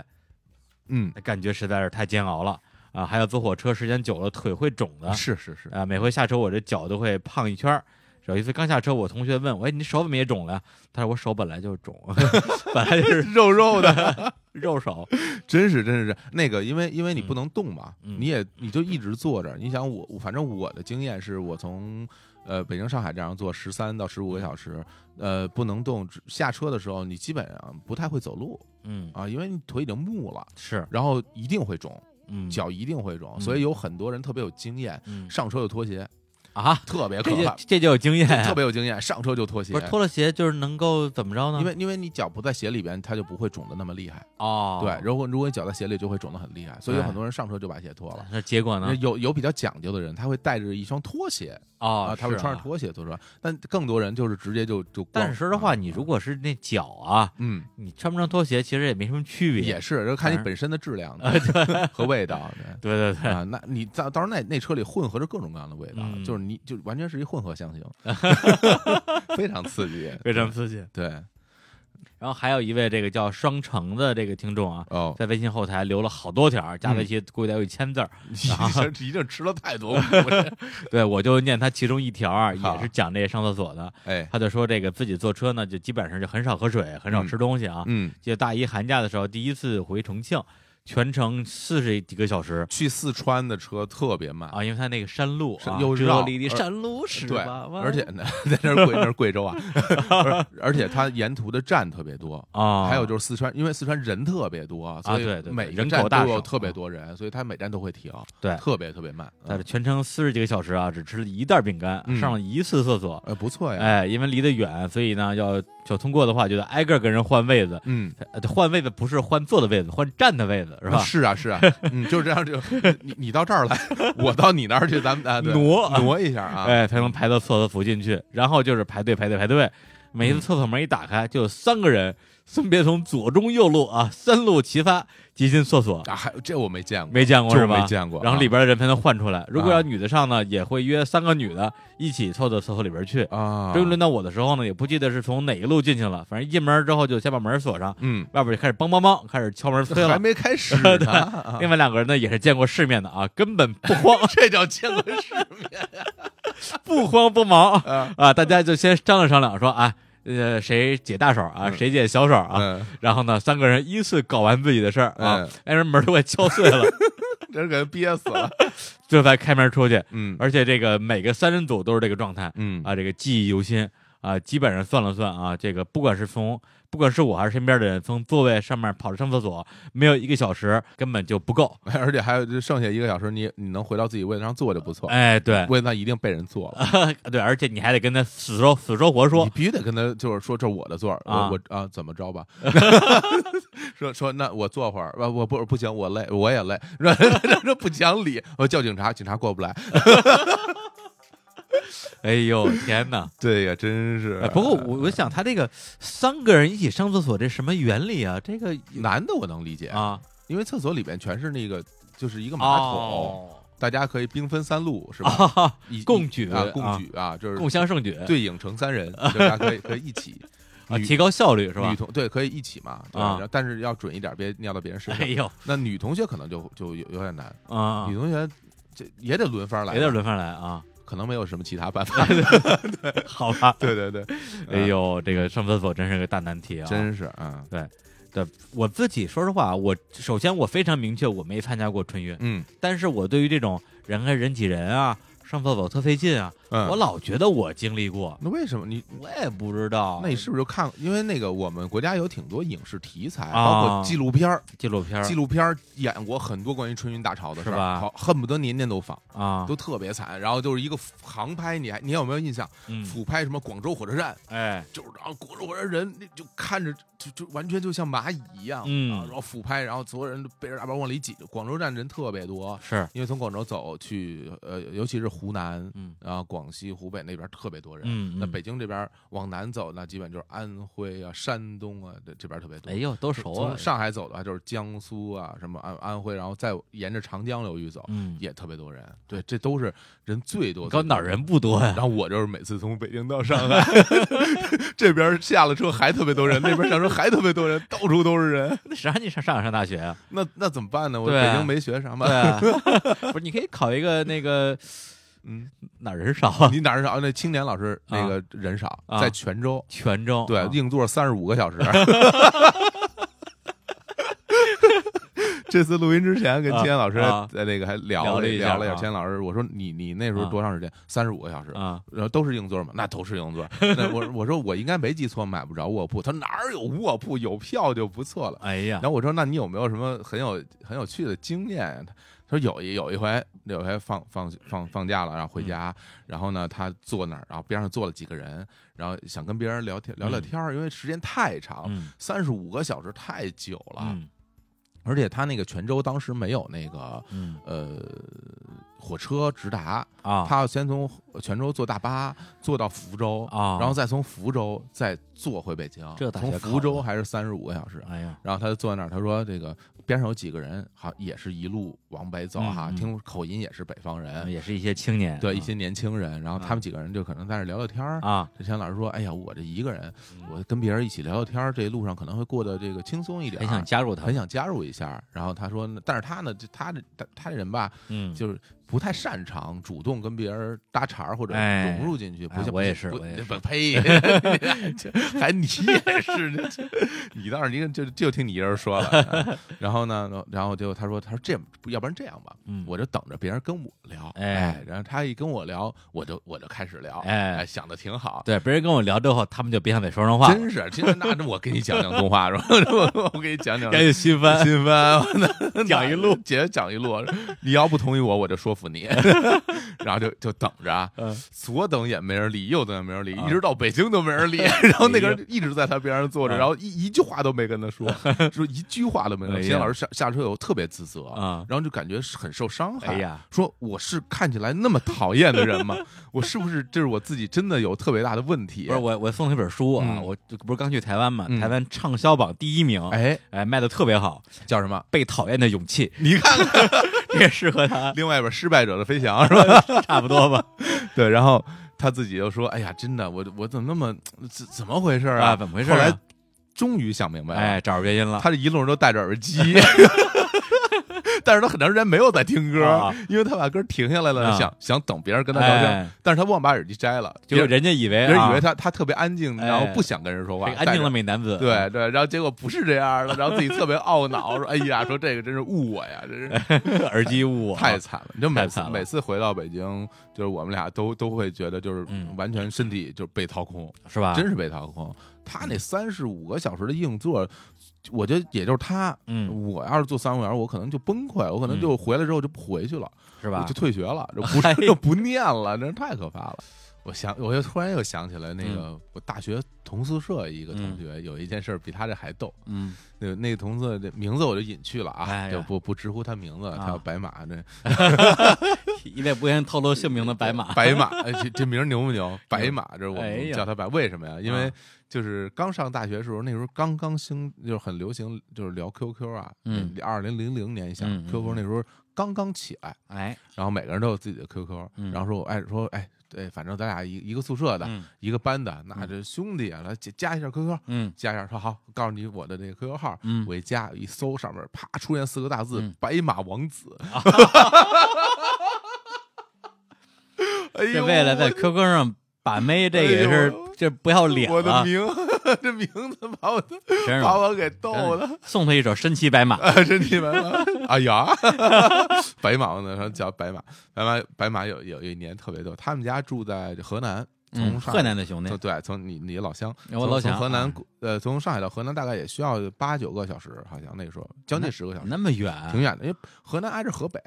嗯，
感觉实在是太煎熬了啊！还有坐火车时间久了腿会肿的，
是是是，
啊，每回下车我这脚都会胖一圈儿。有一次刚下车，我同学问我：“哎，你手怎么也肿了？”他说：“我手本来就肿， 本来就是
肉肉的，
肉手。
真是真是是那个，因为因为你不能动嘛，
嗯
你也你就一直坐着。你想我，我反正我的经验是我从呃北京上海这样坐十三到十
嗯
五个小时，呃不能动，只下车的时候你基本上不太会走路”
嗯，
啊，因为你腿已经木了，
是，
然后一定会肿，
嗯，
脚一定会肿，
嗯
所以有很多人特别有经验，
嗯
上车就脱鞋。
啊，
特别可
这就
怕，
这就有经验啊，
特别有经验，上车就脱鞋
不。是脱了鞋就是能够怎么着呢？
因为因为你脚不在鞋里边，它就不会肿的那么厉害。
哦，
对，如果如果你脚在鞋里，就会肿的很厉害。所以有
哎
很多人上车就把鞋脱了。
那结果呢？
有有比较讲究的人，他会带着一双拖鞋
哦
啊，，他会
是
穿着
啊。
拖鞋坐车。但更多人就是直接就就光。
但是说实话，
啊
你如果是那脚啊，
嗯，
你穿不穿拖鞋其实也没什么区别。啊
也是，就看你本身的质量和 味道。对
对对对，
啊，那你到到时候那那车里混合着各种各样的味道，
嗯
就是你就完全是一混 合象形，非常刺激。
非常刺激。
对
然后还有一位这个叫双城的这个听众啊，
哦，
在微信后台留了好多条，加
嗯
在一起估计得有一千字儿。
你 这一定吃了太多苦了。
对，我就念他其中一条啊，
好
也是讲这上厕所的。
哎，
他就说这个自己坐车呢，就基本上就很少喝水，很少吃东西啊。
嗯，
记得大一寒假的时候，第一次回重庆，全程四十几个小时
去四川的车特别慢。
啊，因为他那个山路啊，
是又
这
绕
里的
而
山路是
对，
吧？弯
而且呢， 在那儿贵那是贵 州啊，而而且它沿途的站特别多，
啊，
还有就是四川，因为四川人特别多，啊所
对对
以
对
每一个
人
站
口大
都有
省
特别
啊
多人，所以它每站都会停，
对
特别特别慢。
在这
嗯
全程四十几个小时啊，只吃了一袋饼干，
嗯
上了一次厕所。
呃，不错呀，
哎，因为离得远，所以呢，要要通过的话，就得挨个跟人换位子。
嗯，
呃换位子不是换坐的位子，换站的位子是吧？
是啊，是啊，嗯，就是这样，就你你到这儿来，我到你那儿去，咱们啊 对
挪
挪一下啊，
哎，才能排到厕所附近去。然后就是排队排队排队，每次厕所门一打开，就有三个人分别从左中右路啊三路齐发挤进厕所，
啊，还这我没见过，
没见过
就是
吧？
没见过
然后
啊
里边的人才能换出来。如果要
啊
女的上呢，也会约三个女的一起凑到厕所里边去。
啊，
终于轮到我的时候呢，也不记得是从哪一路进去了，反正一进门之后就先把门锁上，
嗯，
外边就开始梆梆梆开始敲门催
还
了。
没开始 呢啊，
另外两个人呢也是见过世面的啊，根本不慌
这叫见过世面
不慌不忙
啊，
啊，大家就先商量商量说啊，呃，谁解大手啊，
嗯
谁解小手啊，
嗯，
然后呢三个人依次搞完自己的事儿啊
嗯，
连人门都快敲碎了，
真是给人憋死了，
这才开门出去。
嗯
而且这个每个三人组都是这个状态
嗯
啊，这个记忆犹新啊，基本上算了算啊，这个不管是从不管是我还是身边的人，从座位上面跑着上厕所，没有一个小时根本就不够。
而且还有就剩下一个小时，你你能回到自己位置上坐就不错。
哎，对，
位置上一定被人坐了，
对，而且你还得跟他死说死说活说
你，必须得跟他就是说这是我的座儿，
啊
我我啊怎么着吧， 说说那我坐会儿，呃我我不不行，我累，我也累， 说说不讲理，我叫警察，警察过不来，
哎呦天哪！
对呀，真是
哎。不过我我想他这个三个人一起上厕所这什么原理啊？这个
男的我能理解，
啊，
因为厕所里边全是那个就是一个嗯马桶，
哦，啊
大家可以兵分三路是吧？一
共举
啊，
啊
共举啊，就是
共襄盛举
对影成三人，就大家可以可以一起
啊，
女
提高效 率是吧
女？同对可以一起嘛，对
啊
然后但是要准一点，别尿到别人身
哎
上。
呦
那女同学可能就就有有点难，
啊
女，同学这也得轮番来，
有点，轮番来啊，
可能没有什么其他办法。
好吧。
对对对，
哎呦，这个上厕所真是个大难题啊！
嗯，真是啊，
对，我自己说实话，我首先我非常明确，我没参加过春运，
嗯
但是我对于这种人跟人挤人啊，上厕所特费劲啊，我
嗯。
老觉得我经历过，
那为什么你？
我也不知道。
那你是不是就看？因为那个我们国家有挺多影视题材，
啊
包括纪录片儿，
纪录片儿
纪录片儿演过很多关于春运大潮的事
是
儿，
吧
好恨不得年年都放，
啊？
都特别惨。然后就是一个航拍，你还你有没有印象？
嗯，
俯拍什么广州火车站，
哎，
就是然后裹着我这人那就看着就就完全就像蚂蚁一样，
嗯
啊然后俯拍，然后所有人都背着大包往里挤。广州站人特别多，
是，
因为从广州走去呃，尤其是湖南
嗯
啊、广西、湖北那边特别多人。
嗯，
那
嗯
北京这边往南走，那基本就是安徽啊、山东啊，这这边特别多。
哎呦都熟啊
从，上海走的话就是江苏啊，什么安安徽，然后再沿着长江流域走，
嗯，
也特别多人。对，这都是人最多。
高哪儿人不多呀
然？后我就是每次从北京到上海， 这边下了车还特别多人，那边上车还特别多人，到处都是人。
那谁让你上上海上大学啊？
那那怎么办呢？我
对啊
北京没学 上
对
吧？
啊， 不是你可以考一个那 个
嗯，
哪儿人少啊？
你哪儿少？那青年老师那个人少，
啊
在泉州，
泉州
对
啊，
硬座三十五个 小时。这次录音之前跟青年老师
啊啊
在那个还
聊了
聊了
一下
聊了一
啊
下，青年老师，我说你你那时候
啊
多长时间？三十五个小时。
啊，
然后都是硬座嘛，那都是硬座。那我我说我应该没记错，买不着卧铺。他说哪儿有卧铺，有票就不错了。
哎呀
然，后我说那你有没有什么很有很有趣的经验呀？他他说有一有一回，有一回放放放放假了，然后回
嗯
家，然后呢，他坐那儿，然后边上坐了几个人，然后想跟别人聊天聊聊天儿，因为时间太长，
嗯
三十五个小时太久了，
嗯
而且他那个泉州当时没有那个
嗯
呃火车直达，
啊，
他要先从泉州坐大巴坐到福州
啊
然后再从福州再坐回北京，
这大学
从
考
福
的
州还是三十五个小时。
哎呀，
然后他就坐在那儿，他说：“这个边上有几个人，好也是一路往北走哈，
嗯嗯哎
听口音也是北方人，
也是一些青年，
对
啊
一些年轻人。然后他们几个人就可能在那儿聊聊天儿。
嗯啊，
这钱老师说：‘哎呀，我这一个人，
嗯
我跟别人一起聊聊天儿，这一路上可能会过得这个轻松一点儿，
啊很想加入他
很
们，
想加入一下。’然后他说：‘但是他呢，就他这他他这人吧，
嗯，
就是不太擅长主动跟别人搭茬儿或者
哎
融入进去，不
哎
像
我也是
不
我也是
不呸， 还你也是，这这你倒是你就就听你一人说了。哎 然后呢，然后结果他说，他说这要不然这样吧，
嗯
我就等着别人跟我聊，
哎
哎，然后他一跟我聊，我就我就开始聊，
哎
哎，想的挺好。
对别人跟我聊之后，他们就别想再说上话了，
真是，今天那我给你讲讲动画是吧？ 我我给你 讲讲
赶紧新番，
新番，
讲一路，
姐讲一路。你要不同意我，我就说 服你。然后就就等着啊，
嗯
左等也没人理，右等也没人理，
啊哎
一直到北京都没人理。然后那个人一直在他边上坐着，
啊
然后一一句话都没 跟他说，说一句话都没跟他
哎
说。
呀
秦老师下下车以后特别自责
啊
然后就感觉是很受伤害。
哎呀
说我是看起来那么讨厌的人吗？ 我是不是就是我自己真的有特别大的问题？
不是我，我送他一本书啊，
嗯
我就不是刚去台湾嘛，
嗯
台湾畅销榜第一名，
哎，
哎，卖的特别好，《
叫什么？
被讨厌的勇气》
你看看，，
这也适合他
另外一本《失败者的飞翔》是吧？
差不多吧？
对，然后他自己又说：“哎呀，真的，我我怎么那么怎怎么回事
啊，
啊？
怎么回事
后
啊？
来终于想明白了，
哎，找着原因了，
他这一路上都戴着耳机， 但是他很长时间没有在听歌，
啊
因为他把歌停下来了，
啊
想想等别人跟他聊天，
哎
但是他忘把耳机摘了，
就
别人
人家以为、
别人
啊、
以为他他特别安静，
哎
然后不想跟人说话，
这个安静的
戴着。”
美男子，
对对，然后结果不是这样的，然后自己特别懊恼，说：“哎呀，说这个真是误我呀，真是。”
对， 耳机误啊
哦太惨了，你就每
太
次
惨了
每次回到北京，就是我们俩都都会觉得就是
嗯
完全身体就是被掏空，
是吧？
真是被掏空。他那三十五个小时的硬座，我觉得也就是他。
嗯，
我要是做三个小时，我可能就崩溃，我可能就回来之后就不回去了，
是
我
吧
就？退学了， 就不
哎
是就不念了，真是太可怕了。 嗯我想，我又突然又想起来那个、我大学同宿舍一个同学，有一件事儿比他这还逗。
嗯，
那个那个同事的名字我就隐去了啊，
哎呀
就不不直呼他名字了，
啊
他叫白马这。
一位不愿意透露姓名的白马，
白马，哎这这名儿牛 不牛？白马，这是我
哎
们
呀
叫他白，为什么呀？因为
啊
就是刚上大学的时候，那时候刚刚兴，就是很流行，就是聊 QQ 啊。
嗯，
二零零零年一下
嗯嗯嗯
，QQ 那时候刚刚起来，
哎，
然后每个人都有自己的 QQ，
嗯
然后说我哎说哎对，反正咱俩一一个宿舍的，
嗯
一个班的，那这兄弟啊，来加加一下 QQ。
嗯
加一下，说好，告诉你我的这个 QQ 号，
嗯
我一加一搜，上面啪出现四个大字
嗯
“白马王 子”，哎
是
呦，
为了
我
在 QQ 上把妹，这也
哎
是
呦
这不要脸啊
我的
了，
名， 这名字把我的
真是
把我给逗
真
的，
送他一首《身骑白马》，
啊，真你们了，哎呀， 白马呢，然后叫白马，白马白马有有一年特别逗，他们家住在河南，从
嗯，
上
河南的兄弟
从，对，从你你老乡，
我老
从从
想
河
啊
南过呃，从上海到河南大概也需要八九个小时，好像那个时候将近十个小时，
啊那么远，
挺远的，因为河南挨着河北，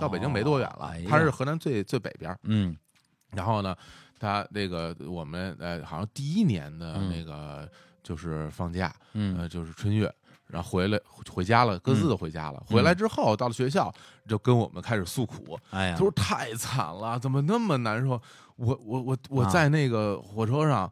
到北京没多远
哦
了
哎，
它
呀
是河南最最北边儿，
嗯
然后呢，他那个我们呃，好像第一年的
嗯
那个就是放假，
嗯
呃，就是春运，然后回来回家了，各自都回家了。回
嗯
来之后到了学校，就跟我们开始诉苦，
哎呀，
他说太惨了，怎么那么难受？我我我我
啊
在那个火车上。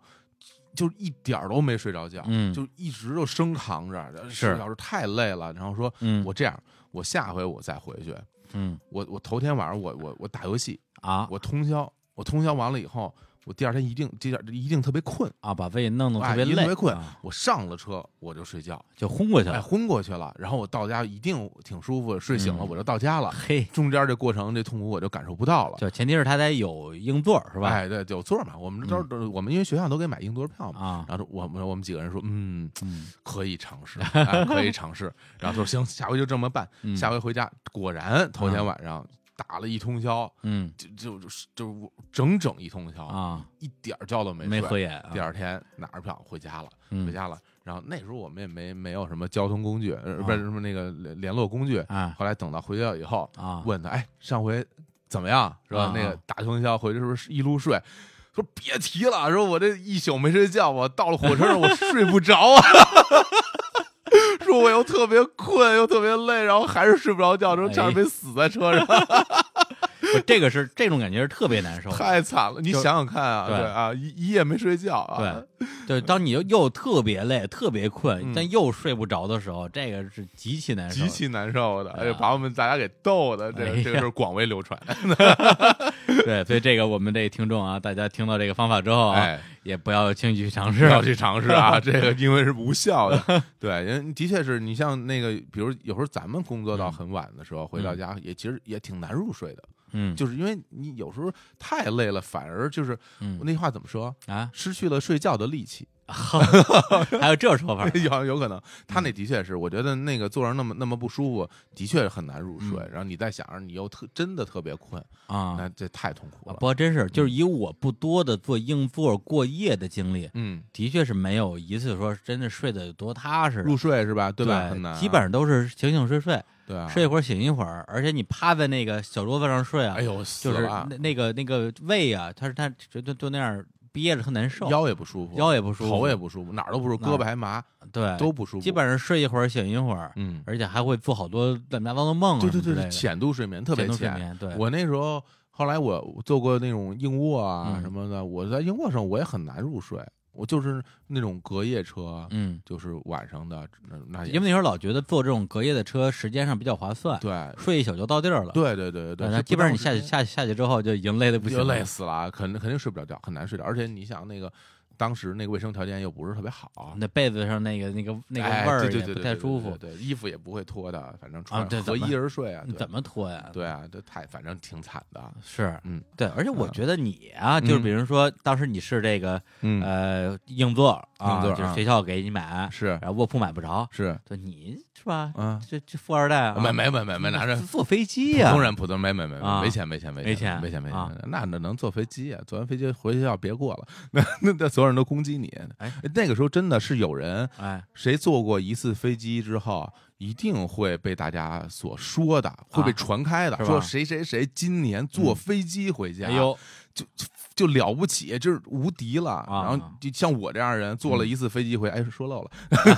就一点儿都没睡着觉，
嗯
就一直就生扛着，
是
小时太累了。然后说，
嗯
我这样，我下回我再回去，
嗯
我我头天晚上我我我打游戏，
啊
我通宵，我通宵完了以后，我第二天一定第二一定特别困，
啊，把自己弄得
哎
特别
一定
累，
特别困
啊，
我上了车我就睡觉，
就昏过去
哎，
了。
昏过去了，然后我到家一定挺舒服，睡醒了
嗯
我就到家了，
嘿，
中间这过程这痛苦我就感受不到了。
就前提是他得有硬座儿是吧？嗯
哎，对，有座嘛，我们这都是我们因为学校都给买硬座票嘛，
啊，
然后我们我们几个人说，嗯，
嗯
可以尝 试，哎可以尝试，然后说行，下回就这么办，
嗯啊
下回回家果然头天晚上打了一通宵，
嗯
就就就是就是我整整一通宵，
啊，
一点儿觉都哦没
没
睡
合眼啊，
第二天拿着票回家了，
嗯
回家了。然后那时候我们也没没有什么交通工具，呃
啊
不是什么那个联联络工具。
啊
后来等到回家以后，
啊，
问他，哎，上回怎么样？是吧
啊？
那个打通宵回去是不是一路睡？说别提了，说我这一宿没睡觉，我到了火车上我睡不着啊。 说我又特别困，又特别累，然后还是睡不着觉，说
哎
差点没死在车上，
不这个是这种感觉是特别难受的，
太惨了。你
就
想想看啊，
对
对啊，一一夜没睡觉啊，
对，对，当你又又特别累、特别困，
嗯
但又睡不着的时候，这个是极其难受
极
的。
其难受的，哎
对
呀
啊，
把我们大家给逗的，这
哎
个
呀
这个事儿广为流传。
对，所以这个我们这听众啊，大家听到这个方法之 后啊，
哎，
也不要轻易去尝
不
试。
要去尝试 啊，这个因为是无效的。对，因为的确是你像那个，比如有时候咱们工作到很晚的时候，回到家也其实也挺难入睡的，
嗯，
就是因为你有时候太累了，反而就是
嗯
那话怎么说，
啊，
失去了睡觉的力气。。
还有这说法
有有可能，他
嗯
那的确是，我觉得那个坐上那么那么不舒服，的确很难入睡。
嗯
然后你再想着你又特真的特别困，
啊
那这太痛苦
啊，
了嗯
不。过真是，就是以我不多的做硬座过夜的经历，
嗯，
的确是没有一次说真的睡得有多踏实的，
入睡是吧？
对
吧？很难啊，
基本上都是醒醒睡睡，
对啊，
睡一会儿醒一会儿，而且你趴在那个小桌子上睡啊，
哎呦，
就
死
是
了啊
那那个那个胃啊，它是它就就就那样憋着，特难受，
腰也不舒服，
腰也不舒服，
头也不舒服，哪儿都不舒服，
哪儿
胳膊还麻，
对，
都不舒服。
基本上睡一会儿醒一会儿，
嗯，
而且还会做好多乱七八糟的梦啊什
对对
么之
对
类的，
对，浅度睡眠特别
浅度睡
浅。
眠，对，
我那时候后来我我做过那种硬卧啊
嗯
什么的，我在硬卧上我也很难入睡，我就是那种隔夜车，
嗯，
就是晚上的那那也
因为那时候老觉得坐这种隔夜的车时间上比较划算，
对
睡一宿就到地儿了，
对对对对对，
那
是
基本上你
不耽
下
误
去
时间
下去下去之后就已经累得不行
就
了，
累死了啊，肯定肯定睡不了觉，很难睡着。而且你想那个当时那个卫生条件又不是特别好，
那被子上那个那个那个
哎
味儿
对对
也
对
不
对
太
对
舒
对
服，啊
对对，衣服也不会脱的，反正穿
对
合
怎么
衣而睡啊，
你
对
怎么脱呀？
对啊，这太反正挺惨的，
是，
嗯
对，而且我
嗯
觉得你啊，就是
嗯
比如说当时你是这个
嗯，
呃硬座啊，
硬座
就是
啊
学校给你买，
是
然后卧铺买不着，
是，
对，你是吧？
嗯，
这这富二代啊，
没没没没没拿着。
坐飞机
普
呀
通，人，普通人没没没
啊
没钱没钱没
没钱
钱没钱没
啊
钱，那那能坐飞机啊？坐完飞机回学校别过了， 那那那所有人都攻击你。
哎，
那个时候真的是有人
哎，
谁坐过一次飞机之后，一定会被大家所说的，会被传开的，
啊是吧
说谁谁谁今年坐飞机回家，
哎呦，
就就就了不起，就是无敌了。
啊
然后就像我这样的人，坐了一次飞机回，哎，说漏了，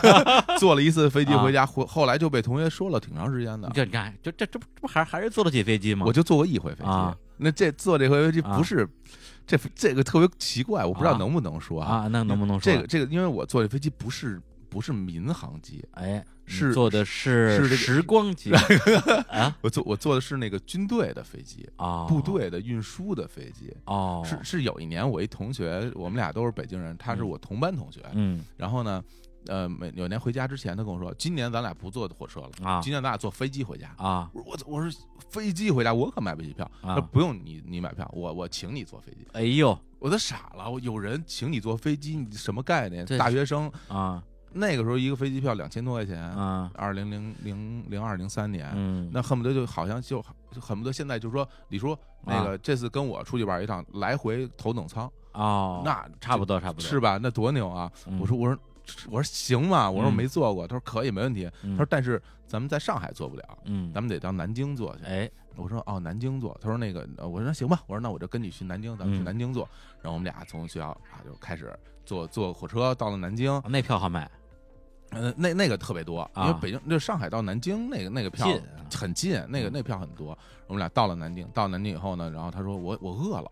坐了一次飞机回
啊
家，后后来就被同学说了挺长时间的
你。这你看，就这这不这不还还是坐得起飞机吗？
我就坐过一回飞机，
啊
那这坐这回飞机
啊
不是，这这个特别奇怪，我不知道
啊
能不能说啊。
啊，那能不能说
这个这个，因为我坐这飞机不是不是民航机，
哎，你
是
坐的
是
是
这个
时光 机啊
我坐我坐的是那个军队的飞机，
啊，
部队的运输的飞机。
哦，
是是有一年我一同学，我们俩都是北京人，他是
嗯
我同班同学。
嗯
然后呢，呃，每有年回家之前，他跟我说，今年咱俩不坐火车了，
啊
今年咱俩坐飞机回家。
啊
我说我我是飞机回家，我可买不起票。他说
啊，
不用你你买票，我我请你坐飞机。
哎呦
我都傻了，我有人请你坐飞机，你什么概念？
对
大学生
啊
那个时候一个飞机票两千多块钱，
啊
二零零零零二零三年，
嗯，
呃那恨不得就好像就就恨不得现在就说李叔那
啊
个这次跟我出去玩一趟，来回头等舱，
哦
那
差不多差不多
是吧？那多牛啊！
嗯
我说我说我说行吗？我说
嗯
没坐过，他说可以没问题，他说但是咱们在上海坐不了，
嗯，
咱们得到南京坐去。
哎
我说哦，南京坐。他说那个，呃我说那行吧，我说那我就跟你去南京，咱们去
嗯
南京坐。然后我们俩从学校啊就开始坐坐火车到了南京，
那票好买
呃，那那个特别多，因
啊
为北京就上海到南京那个那个票
近啊
很近，那个
嗯
那票很多。我们俩到了南京，到南京以后呢，然后他说我我饿了，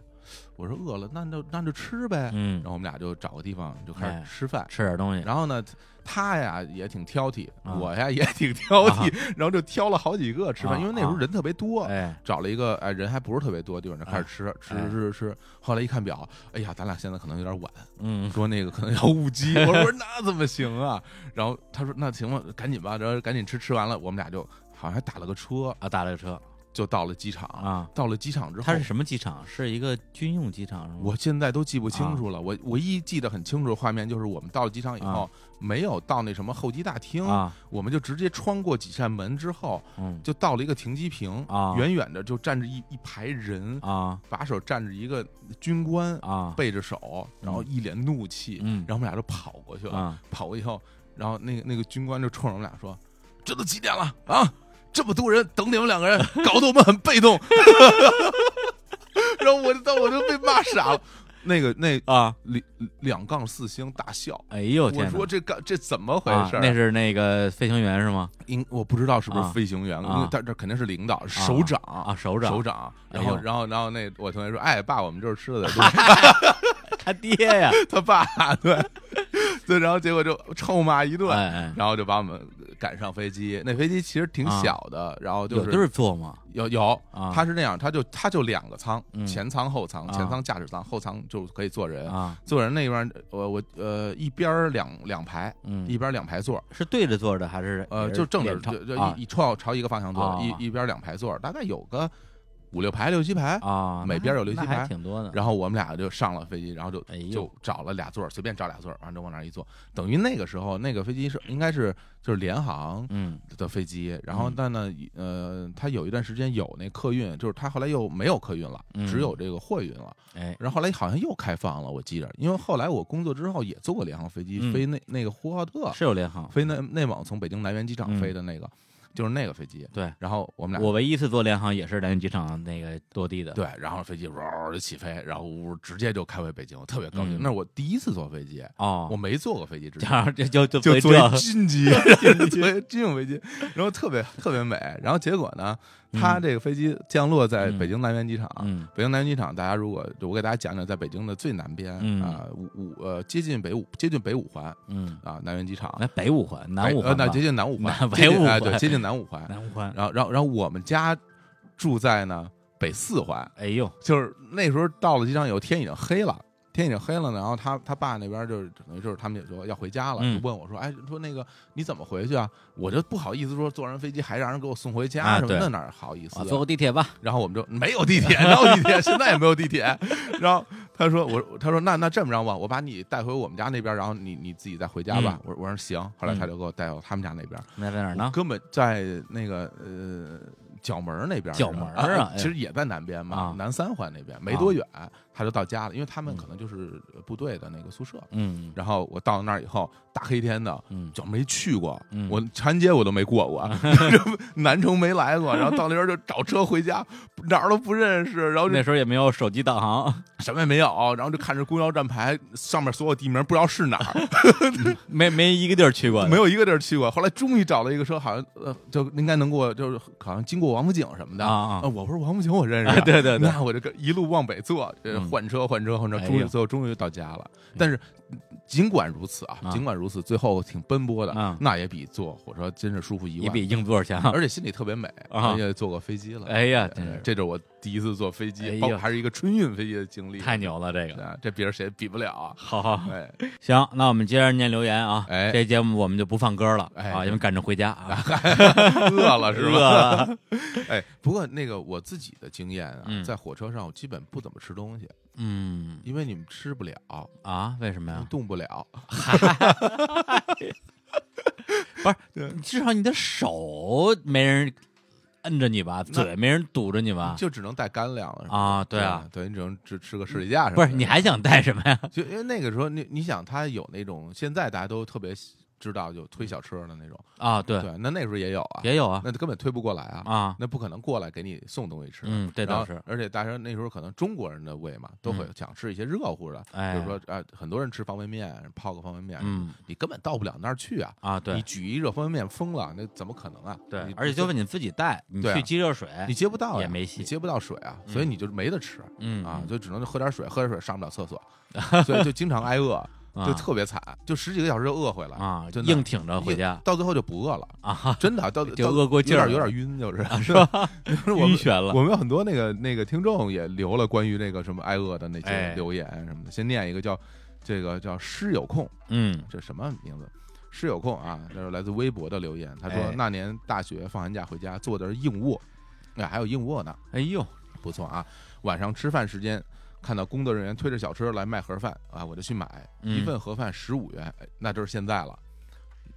我说饿了，那就那就吃呗。
嗯
哎然后我们俩就找个地方就开
哎
始吃饭。
吃点东西
然后呢，他呀也挺挑剔，
啊
我呀也挺挑剔，然后就挑了好几个吃
啊
饭，因为那时候人特别多。
哎
找了一个哎人还不是特别多的地方就开始吃吃
哎
吃吃吃，后来一看表，哎呀，咱俩现在可能有点晚，
嗯
说那个可能要 误机，我说那怎么行啊？然后他说那行吧，赶紧吧，然后赶紧吃，吃完了我们俩就好像还打了个车，
啊打了个车
就到了机场。
啊，
到了机场之后，
它是什么机场？是一个军用机场是吗？
我现在都记不清楚了。我唯一记得很清楚的画面就是，我们到了机场以后，
啊
没有到那什么候机大厅，
啊，
我们就直接穿过几扇门之后，
嗯
就到了一个停机坪。
啊
远远的就站着一一排人，
啊
把手站着一个军官，
啊，
背着手，然后一脸怒气。
嗯
然后我们俩就跑过去了。
啊
跑过以后，然后那个那个军官就冲着我们俩说：“这都几点了啊？这么多人等你们两个人， 搞得我们很被动。” 然后我就当我就被骂傻了。那个那
啊，
两两杠四星大笑，
哎呦天
我
哪！
说这干这怎么回
啊
事儿啊？
那是那个飞行员是吗？
应我不知道是不
啊
是飞行员，
啊
但这肯定是领导首长
啊，首长，
首长。
哎
然后
呦
然后然后那我同学说：“哎，爸，我们这儿吃的 都是
他爹呀！
他爸，对对。”然后结果就臭骂一顿。
哎哎，
然后就把我们赶上飞机。那飞机其实挺小的，然后就
啊有
是
对儿坐吗？
有有，
啊
它是那样，它就它就两个舱，
嗯
前舱后舱，
啊
前舱驾驶舱，后舱就可以坐人。
啊，
坐人那边，我我呃一边儿两两排，
嗯，
一边儿两排座，
是对着坐着还是
呃就正着
脸朝
就就
啊
一一朝朝一个方向坐，
啊
一一边儿两排座，大概有个五六排六七排。
啊，
每
那
边
还
有六七
那还
排
挺多的。
然后我们俩就上了飞机，然后就
哎呦
就找了俩座儿，随便找俩座儿，完了就往那儿一坐。等于那个时候，那个飞机是应该是就是联航，
嗯
的飞机，然后
嗯
但呢，呃，它有一段时间有那客运，就是它后来又没有客运了，
嗯
只有这个货运了。
哎
然后后来好像又开放了，我记着，因为后来我工作之后也坐过联航飞机，
嗯
飞那那个呼和浩特，
是有联航，
飞内内蒙从北京南苑机场
嗯
飞的那个，就是那个飞机。
对
然后我们俩
我唯一一次坐联航也是南京机场那个落地的。
对，然后飞机嗖就起飞，然后呜直接就开回北京，特别高兴。
嗯
那是我第一次坐飞机，
哦，
我没坐过飞机之前
这。样就就就
就
飞
作
这
为 军机， 作为军用飞机，然后特别特别美。然后结果呢，它
嗯
这个飞机降落在
嗯
北京南苑机场。
嗯
北京南苑机场，大家如果我给大家讲讲，在北京的最南边
嗯
啊，五五呃接近北五接近北五环
嗯，
啊，南苑机场，
来北五环、南五
北呃
环吧
那，接近南五环，
南
接近
北五环
哎对，接近南五环。
南五环。
然后然后然后我们家住在呢北四环，
哎呦，
就是那时候到了机场以后，天已经黑了，天已经黑了呢。然后他他爸那边就是等于就是他们也说要回家了，
嗯
就问我说：“哎，说那个你怎么回去啊？”我就不好意思说坐人飞机还让人给我送回家
啊
什么的，
对
哪儿好意思
啊，
啊？
坐个地铁吧。
然后我们就没有地铁，哪有地铁？现在也没有地铁。然后他说：“我他说那那这么着吧，我把你带回我们家那边，然后你你自己再回家吧。我说我说行。后来他就给我带到他们家那边。
那在哪儿
我
嗯呢？
根本在那个呃角门儿那边儿，
角门儿啊
啊，
哎
其实也在南边嘛，
啊
南三环那边没
啊
多远，他就到家了，因为他们
嗯
可能就是部队的那个宿舍。
嗯
然后我到那儿以后，大黑天的。
嗯
就没去过，
嗯
我长安街我都没 过过，南城没来过，然后到那边儿就找车回家，哪儿都不认识，然后就
那时候也没有手机导航，
什么也没有，然后就看着公交站牌上面所有地名不知道是哪 儿，
没没一个地儿去过的。
没有一个地儿去过。后来终于找了一个车，好像呃，就应该能过，就是好像经过王府井什么的呃
啊啊
我不是王府井，我认识、
啊 对对对
那我就跟一路往北坐，呃
嗯
换车换车换车，
哎
终于
呦
最后终于到家了。但是尽管如此啊，
啊
尽管如此，最后挺奔波的，
啊
那也比坐火车真是舒服一
你
万，
比硬座强。
而且心里特别美，
啊
而且坐过飞机了。
哎呀，
对
真是
这就是我第一次坐飞机，
哎呦
包括还是一个春运飞机的经历，
太牛了！这个，
啊，这别人谁也比不了啊！
好好好
哎，
行，那我们接着念留言啊。
哎
这节目我们就不放歌了
哎
啊，因为赶着回家啊，
饿 了是吧？
饿了。
哎，不过那个我自己的经验啊，
嗯
在火车上我基本不怎么吃东西，
嗯
因为你们吃不了，
啊，为什么
你们
呀？
动不了。
不是，至少你的手没人摁着你吧，嘴没人堵着你吧？
就只能带干粮了是吧
啊，对
对
啊，，
对你只能只吃个士力架什么
不
的。
是，你还想带什么呀？
就因为那个时候，你你想，他有那种现在大家都特别知道有推小车的那种，
啊，对，
对，那那时候也有啊，
也有啊
那根本推不过来啊，
啊，
那不可能过来给你送东西吃。
嗯，这
然
倒
后
是，嗯
而且大家那时候可能中国人的胃嘛，都会想吃一些热乎的，
哎
比如说啊，很多人吃方便面，泡个方便面，
嗯
你根本到不了那儿去啊。
啊，
你
对
举一热方便面疯了，那怎么可能啊？
对
你，
而且就问你自己带，你
对啊
去接热水，
你接不到呀，
也没戏
你接不到水啊，所以你就没得吃
嗯
啊，
嗯
就只能喝点水，喝点水上不了 厕所，所以就经常挨饿，
啊
就特别惨，就十几个小时就饿回来
啊，
真的
硬挺着回家
硬到最后就不饿了，
啊，
真的 到
就
到
饿过劲儿啊
有点有点晕，就是
是吧？
就是我
晕
们
眩了
我们有很多那个那个听众也留了关于那个什么挨饿的那些
哎
留言什么的，先念一个叫这个叫诗有空，
嗯
这什么名字？诗有空啊，这是来自微博的留言。他说
哎
那年大学放寒假回家坐的是硬卧，哎，还有硬卧呢，
哎呦，
不错啊。晚上吃饭时间，看到工作人员推着小车来卖盒饭啊，我就去买
嗯
一份盒饭十五元，哎那就是现在了。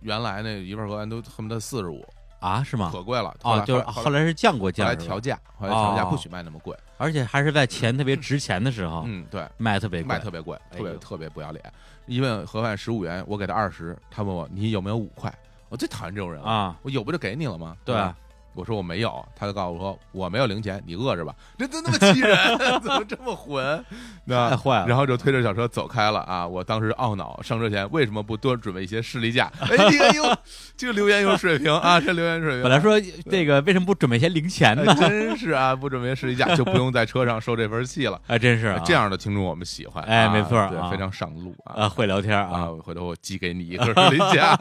原来那一份盒饭都恨不得四十五，
啊，是吗？
可贵了。后
哦，
来
就是
后
后来是降过
后
价
来
是吧，
调价，后来调价
哦
不许卖那么贵。
而且还是在钱特别值钱的时候
嗯，对，
卖特别贵
卖，特别贵，
哎
特别
呦
特别不要脸。一问盒饭十五元，我给他二十，他问我你有没有五块，我最讨厌这种人了。
啊，
我有不就给你了吗？
对啊
吧？我说我没有，他就告诉我说我没有零钱，你饿着吧。这这那么气 人，怎么这么混？
太
那
坏了
然后就推着小车走开了啊！我当时懊恼，上车前为什么不多准备一些士力 架？哎，你看哟，这个留言有水平啊！这留言有水平。
本来说这个为什么不准备些零钱呢
哎？真是啊，不准备士力架就不用在车上受这份气了。
哎，真是啊
呃这样的听众我们喜欢，
哎
啊
没错儿
对
啊
非常上路啊
啊，会聊天
啊！
啊，
回头我寄给你一个士力 架，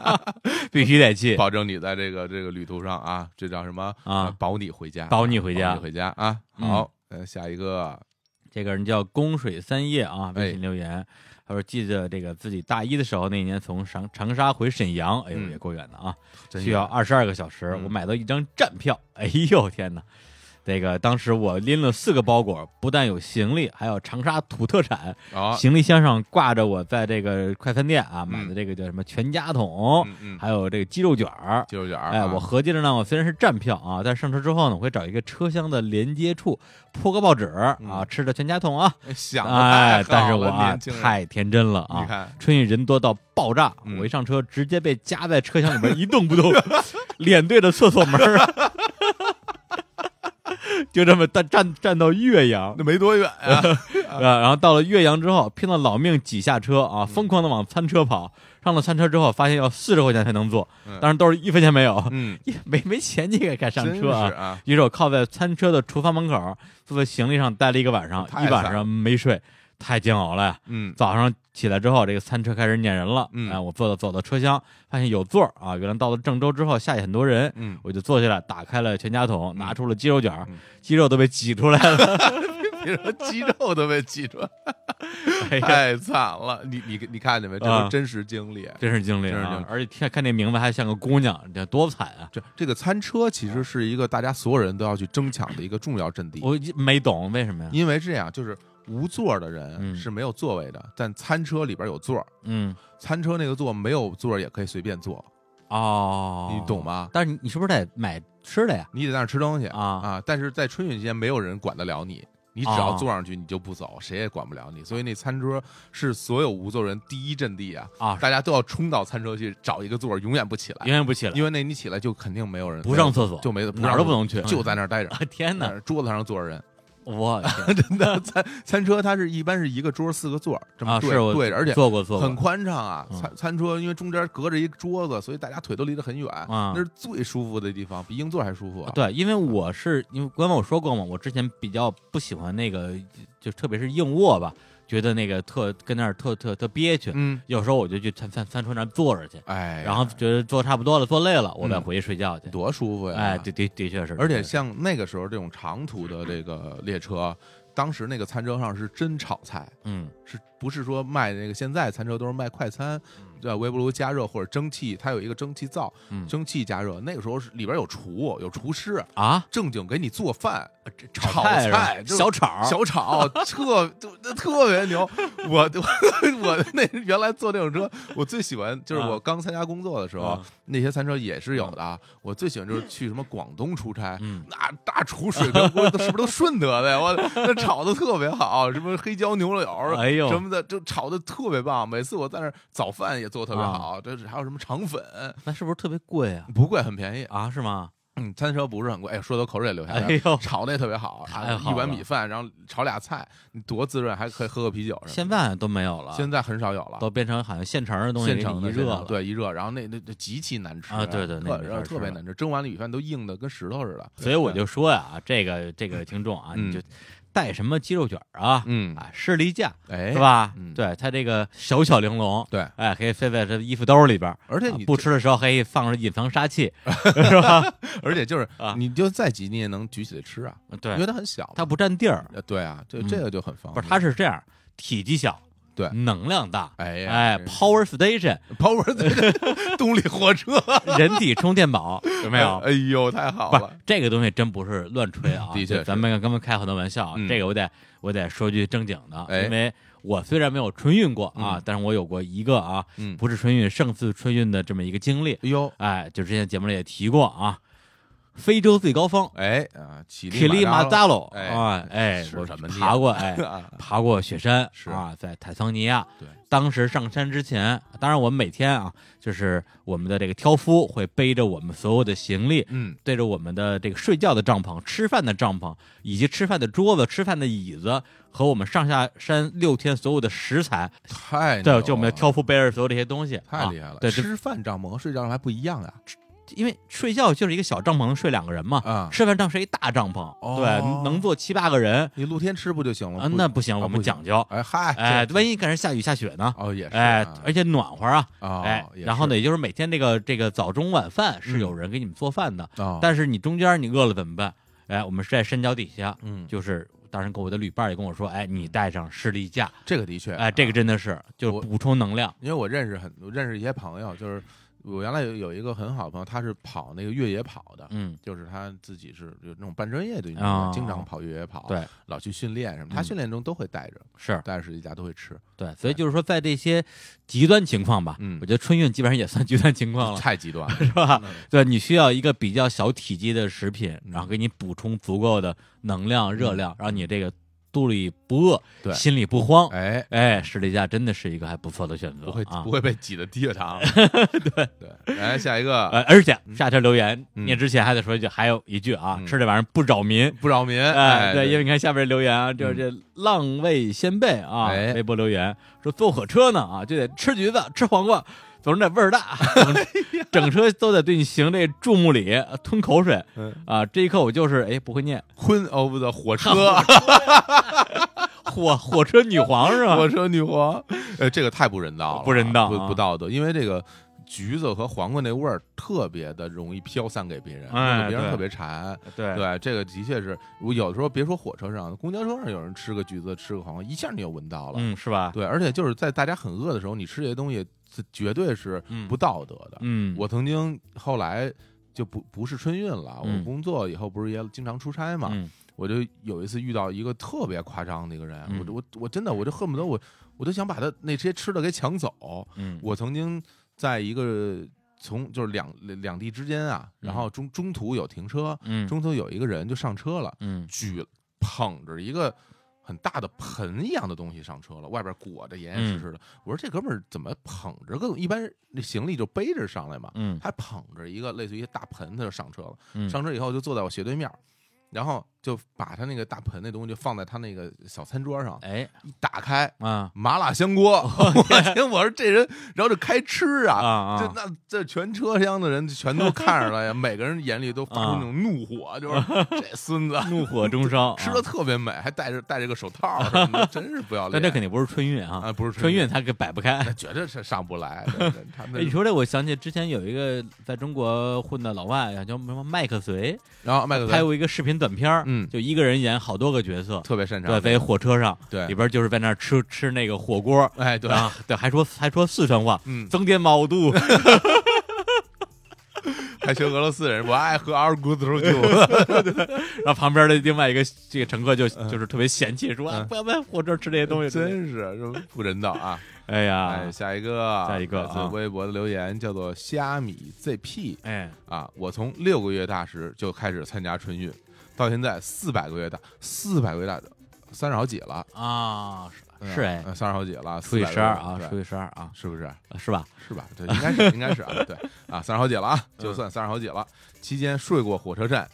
必须得记，
保证你在这个这个旅途上啊，这叫什么
啊
保你回家，
保你回
保
家
你。回家啊！
嗯
好，呃，下一个，
这个人叫宫水三叶啊，
哎
微信留言，他说记得这个自己大一的时候，那年从长长沙回沈阳，哎呦
嗯
也够远的啊，
真
需要
有
二十二个小时，
嗯
我买到一张站票， 哎呦天哪！这个当时我拎了四个包裹，不但有行李，还有长沙土特产。
啊，
行李箱上挂着我在这个快餐店啊买的这个叫什么全家桶，
嗯嗯，
还有这个鸡肉卷儿。
鸡肉卷儿，
哎，
啊
我合计着呢，我虽然是站票啊，但是上车之后呢，我会找一个车厢的连接处铺个报纸啊
嗯，
吃着全家桶啊，
哎想得
哎，
太
但是
好
我
了
啊
年轻人
太天真了
你
啊！
看，
春运人多到爆炸，
嗯
我一上车直接被夹在车厢里边一动不动， 脸对着厕所门儿， 就这么站站站到岳阳，
那没多远啊，
呃，然后到了岳阳之后，拼了老命挤下车
嗯
啊，疯狂的往餐车跑。上了餐车之后，发现要四十块钱才能坐，
嗯
当然都是一分钱没 有，
嗯，
一没没钱你也敢上
真是
车啊？
啊，
于是我靠在餐车的厨房门口，坐在行李上待了一个晚上，
太
一晚
惨
上没睡，太煎熬了呀。
嗯，
早上起来之后，这个餐车开始撵人了，
嗯
哎我坐到走到车厢，发现有座儿啊。原来到了郑州之后，下去很多人，
嗯
我就坐下来，打开了全家桶，拿出了鸡肉卷儿
嗯，
鸡肉都被挤出 来了，
别说鸡肉都被挤出来，
哎呀
太惨了。你你你看见没？这都
啊
是真实经历。
真是经历
真是经
啊
历！
而且看看这名字还像个姑娘，这多惨啊！
这这个餐车其实是一个大家所有人都要去争抢的一个重要阵地，
我一没懂为什么呀？
因为这样就是无座儿的
嗯
人是没有座位的，但餐车里边有座儿，
嗯，
餐车那个座没有座儿也可以随便坐，
哦，
你懂？吗？
但是你你是不是得买吃的呀？
你得在那儿吃东西
啊
但是在春运期间，没有人管得了你，你只要坐上去，你就不
哦
走，谁也管不了你。所以那餐车是所有无座人第一阵地啊，
啊，
大家都要冲到餐车去找一个座儿，永远不起来，
永远不起来，
因为那你起来就肯定没有人
不上厕所，
就没得
哪儿都不能去，
就在那儿待着。
啊！ 天
那
哪，
儿桌子上坐着人，
我天
真的餐餐车它是一般是一个桌四个座儿，这么
啊，
对
是我
对着，而且
坐过坐
很
过，
宽敞啊。
嗯
餐餐车因为中间隔着一个桌子，所以大家腿都离得很远，
啊
那是最舒服的地方，比硬座还舒服啊。
对，因为我是因为官方我说过嘛，我之前比较不喜欢那个，就特别是硬卧吧，觉得那个特跟那儿特特特憋屈。
嗯，
有时候我就去餐餐餐桌那儿坐着去，
哎，
然后觉得坐差不多了，坐累了，我再
嗯
回去睡觉去。
多舒服呀！
哎，的的的确是，
而且
的确是
像那个时候这种长途的这个列车，当时那个餐车上是真炒菜，
嗯
是不是说卖那个现在餐车都是卖快餐，对吧，微波炉加热或者蒸汽，它有一个蒸汽灶，
嗯
蒸汽加热。那个时候是里边有厨，有厨师。
啊，
正经给你做饭，呃炒
菜是吧
菜就是
小炒儿
小炒，特就那特别牛。我我我那原来坐那种车，我最喜欢就是我刚参加工作的时候
啊，
那些餐车也是有的啊。我最喜欢就是去什么广东出差，
嗯
那大厨水平锅都是不是都顺德的呀？我那炒的特别好，什么黑椒牛柳儿，
哎呦
什么的，就炒的特别棒。每次我在那儿早饭也做得特
啊
别好，这是还有什么肠粉，
那是不是特别贵啊？
不贵，很便宜。
啊，是吗？
嗯，餐车不是很贵，哎呀，说的口水也流下来了。
哎呦
炒的也特别好，啊
太好
一碗
了
米饭，然后炒俩菜，你多滋润，还可以喝个啤酒什么
现在都没有
的。
了，
现在很少有了
都，变成好像现成的东西，
现成的
一热
现
了
成。对一热，然后那那那极其难吃
啊对对那
特
没法
特别
吃了
难吃，蒸完了米饭都硬的跟石头似的。
所以我就说呀，这个这个听众啊，
嗯
你就带什么鸡肉卷儿啊，
嗯，
啊，士力架
哎，
是？吧
嗯？
对，它这个小巧玲珑，
对，
哎，可以塞在这衣服兜里边儿。
而且
啊
你
不
这，
吃的时候可以放着隐藏杀气，是吧？
而且就是
啊
你就再急你也能举起来吃啊，因
对
为，它很小嘛。
它不占地儿，
呃对啊，这
嗯
这个就很方
不
便。
是，它是这样，体积小，
对
能量大，
哎呀
哎
真是
，Power Station，
，Power 的 动力火车
人体充电 宝，有没有？
哎呦，太好
不
了，，
这个东西真不是乱吹啊！
的确
这咱们刚刚开很多玩笑啊，
嗯
这个我得我得说句正经的，
哎
因为我虽然没有春运过啊，但是我有过一个啊，
嗯
不是春运，胜似春运的这么一个经历。
哎呦，
哎，就之前节目里也提过啊，非洲最高峰
哎啊，乞
乞力马扎
扎
罗
哎
啊，哎，
是
我
什么地。
爬过哎
啊
爬过雪山
是
啊，在坦桑尼亚。
对，
当时上山之前，当然我们每天啊，就是我们的这个挑夫会背着我们所有的行李，
嗯，
对着我们的这个睡觉的帐篷、吃饭的帐篷，以及吃饭的桌子、吃饭的椅子和我们上下山六天所有的食材，
太
对，
牛
就我们
了
的挑夫背着所有这些东西，
哎太厉害了
啊、，对，这
吃饭帐篷和睡帐篷还不一样啊
因为睡觉就是一个小帐篷能睡两个人嘛，
啊！
吃饭帐是一大帐篷，
哦
对，能坐七八个人
你露天吃不就行了？
啊，
不
那不行，
啊
我
不
们
行
讲究，
哎嗨，
哎，
这
万一赶上下雨下雪呢？
哦也是
哎
啊，
而且暖和啊，
哦
哎，
也
然后
是
呢，也就是每天这个这个早中晚饭是
嗯
有人给你们做饭的，
哦
但是你中间你饿了怎么办？哎，我们是在山脚底下，
嗯，
就是当时跟我的旅伴也跟我说，哎，你带上视力架，
这个的确啊
哎，这个真的是就是补充能量，
因为我认识很我认识一些朋友，就是我原来有有一个很好的朋友，他是跑那个越野跑的，
嗯，
就是他自己是有那种半专业的运动
啊
员，经常跑越野跑，
对，
老去训练什么，他
嗯
训练中都会带着，
是
带着十几家都会吃，
对，所以就是说在这些极端情况吧，
嗯
我觉得春运基本上也算极端情况了，
太极端了，
是吧？对，你需要一个比较小体积的食品，然后给你补充足够的能量、热量，让你这个肚里不饿，
嗯对
心里不慌。
哎，
哎，士力架真的是一个还不错的选择，
不会
啊
不。会被挤得低 血糖，对对，来下一个
呃，而且下条留言，
啊嗯
念之前还得说一句，还有一句啊，
嗯
吃这玩意儿不扰民，
不扰民，
哎，
哎，嗯
对，因为你看下边留言啊，就是这浪味先辈啊，
哎
微博留言说坐火车呢啊，就得吃橘子吃黄瓜，总之得味儿 大，整整车都得对你行这注目礼，吞口水
嗯
啊，这一刻我就是哎不会念
，Queen of the 火 车，
火火车女皇 是吧
火？车女皇，呃，这个太不人道了啊，
不人道啊
不不道德，因为这个橘子和黄瓜那味儿特别的容易飘散给别人，
哎
弄得别人
对
特别馋。
对
对，这个的确是，我有的时候别说火车上，公交车上有人吃个橘子，吃个黄瓜，一下你就闻到了。
嗯是吧？
对，而且就是在大家很饿的时候，你吃这些东西，这绝对是
嗯
不道德的。
嗯，
我曾经后来就不不是春运了，
嗯
我工作以后不是也经常出差嘛，
嗯
我就有一次遇到一个特别夸张的一个人，
嗯
我就我我真的我就恨不得我我都想把他那些吃的给抢走。
嗯
我曾经在一个从就是两两地之间啊，
嗯
然后中中途有停车，
嗯
中途有一个人就上车了，
嗯
举捧着一个。很大的盆一样的东西上车了，外边裹得严
嗯
严实实的。我说这哥们儿怎么捧着个？一般那行李就背着上来嘛，
嗯
他捧着一个类似于大盆，他就上车了。
嗯
上车以后就坐在我斜对面儿，然后就把他那个大盆那东西就放在他那个小餐桌上，
哎
一打开
啊
麻辣香锅， 我天！我说这人，然后就开吃
啊
啊。
啊
这那这全车厢的人全都看着了呀，每个人眼里都发出那
啊
种怒火，就是 这孙子
怒火中烧，
吃
啊
的特别美，还戴着戴着个手套什么的，真是 不要脸。
但这肯定不是春运啊，
啊，不是
春运，他给摆不开。
那绝对是上不来。 对对他
哎，你
们
说这，我想起之前有一个在中国混的老外啊，叫什么麦克隋，
然后麦克
拍
德
过一个视频短片儿
嗯
就一个人演好多个角色，
特别擅
对，
长，
在火车上，
对
里边就是在那儿吃吃那个火锅，
哎对，
啊，对，还说还说四川话，
嗯，
增添毛肚，
还学俄罗斯人，我爱喝二锅 头酒。 啊
然后旁边的另外一个这个乘客就就是特别嫌弃说，啊
嗯
不要在火车吃这些东西，
真是这不人道啊！
哎呀
哎，，下一个，
下一个
来自
啊
微博的留言叫做虾米 ZP
哎，
啊，我从六个月大时就开始参加春运，到现在四百个月大，四百个月大，三十好几了，
啊，是是哎，
嗯，三十好几了，
除以
400
十二啊，
对
除以十二啊，
是不是？
是吧？
是吧？对，应该是，应该是啊，对啊，三十好几了啊，
嗯
就算三十好几了。期间睡过火车站，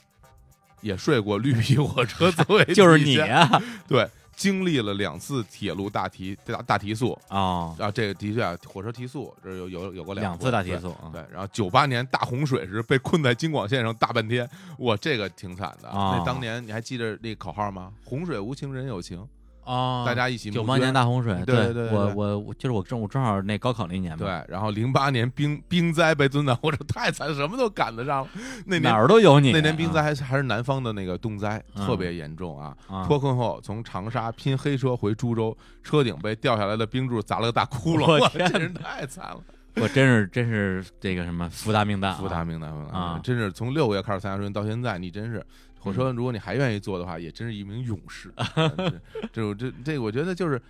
也睡过绿皮火车作为
就是
底
你
线
啊，
对，经历了两次铁路大提大大提速
哦，
啊，这个的确啊，火车提速这有有有过
两
次
次大提
对
速啊，
对，然后九八年大洪水时被困在京广线上大半天，哇，这个挺惨的。
啊
那当年你还记得那口号吗？洪水无情人有情，
哦，
大家一起募
九八年
捐
大洪水，
对对对
对
对
我我我就是我正我正好那高考那年嘛，
对，然后零八年冰冰灾被尊到，我 这太惨，什么都赶得上了。那
哪
年
儿都有你。
那年冰灾
啊，
还是还是南方的那个冻灾，
嗯
特别严重啊！
啊
脱困后从长沙拼黑车回株洲，车顶被掉下来的冰柱砸了个大窟窿，
我
哇，
天
这人太惨了。
我真是真是这个什么福大命大啊，
福大命大命大
啊
真是从六个月开始参加春运到现在，你真是火车，如果你还愿意坐的话，也真是一名勇 士。嗯这这这，我觉得就是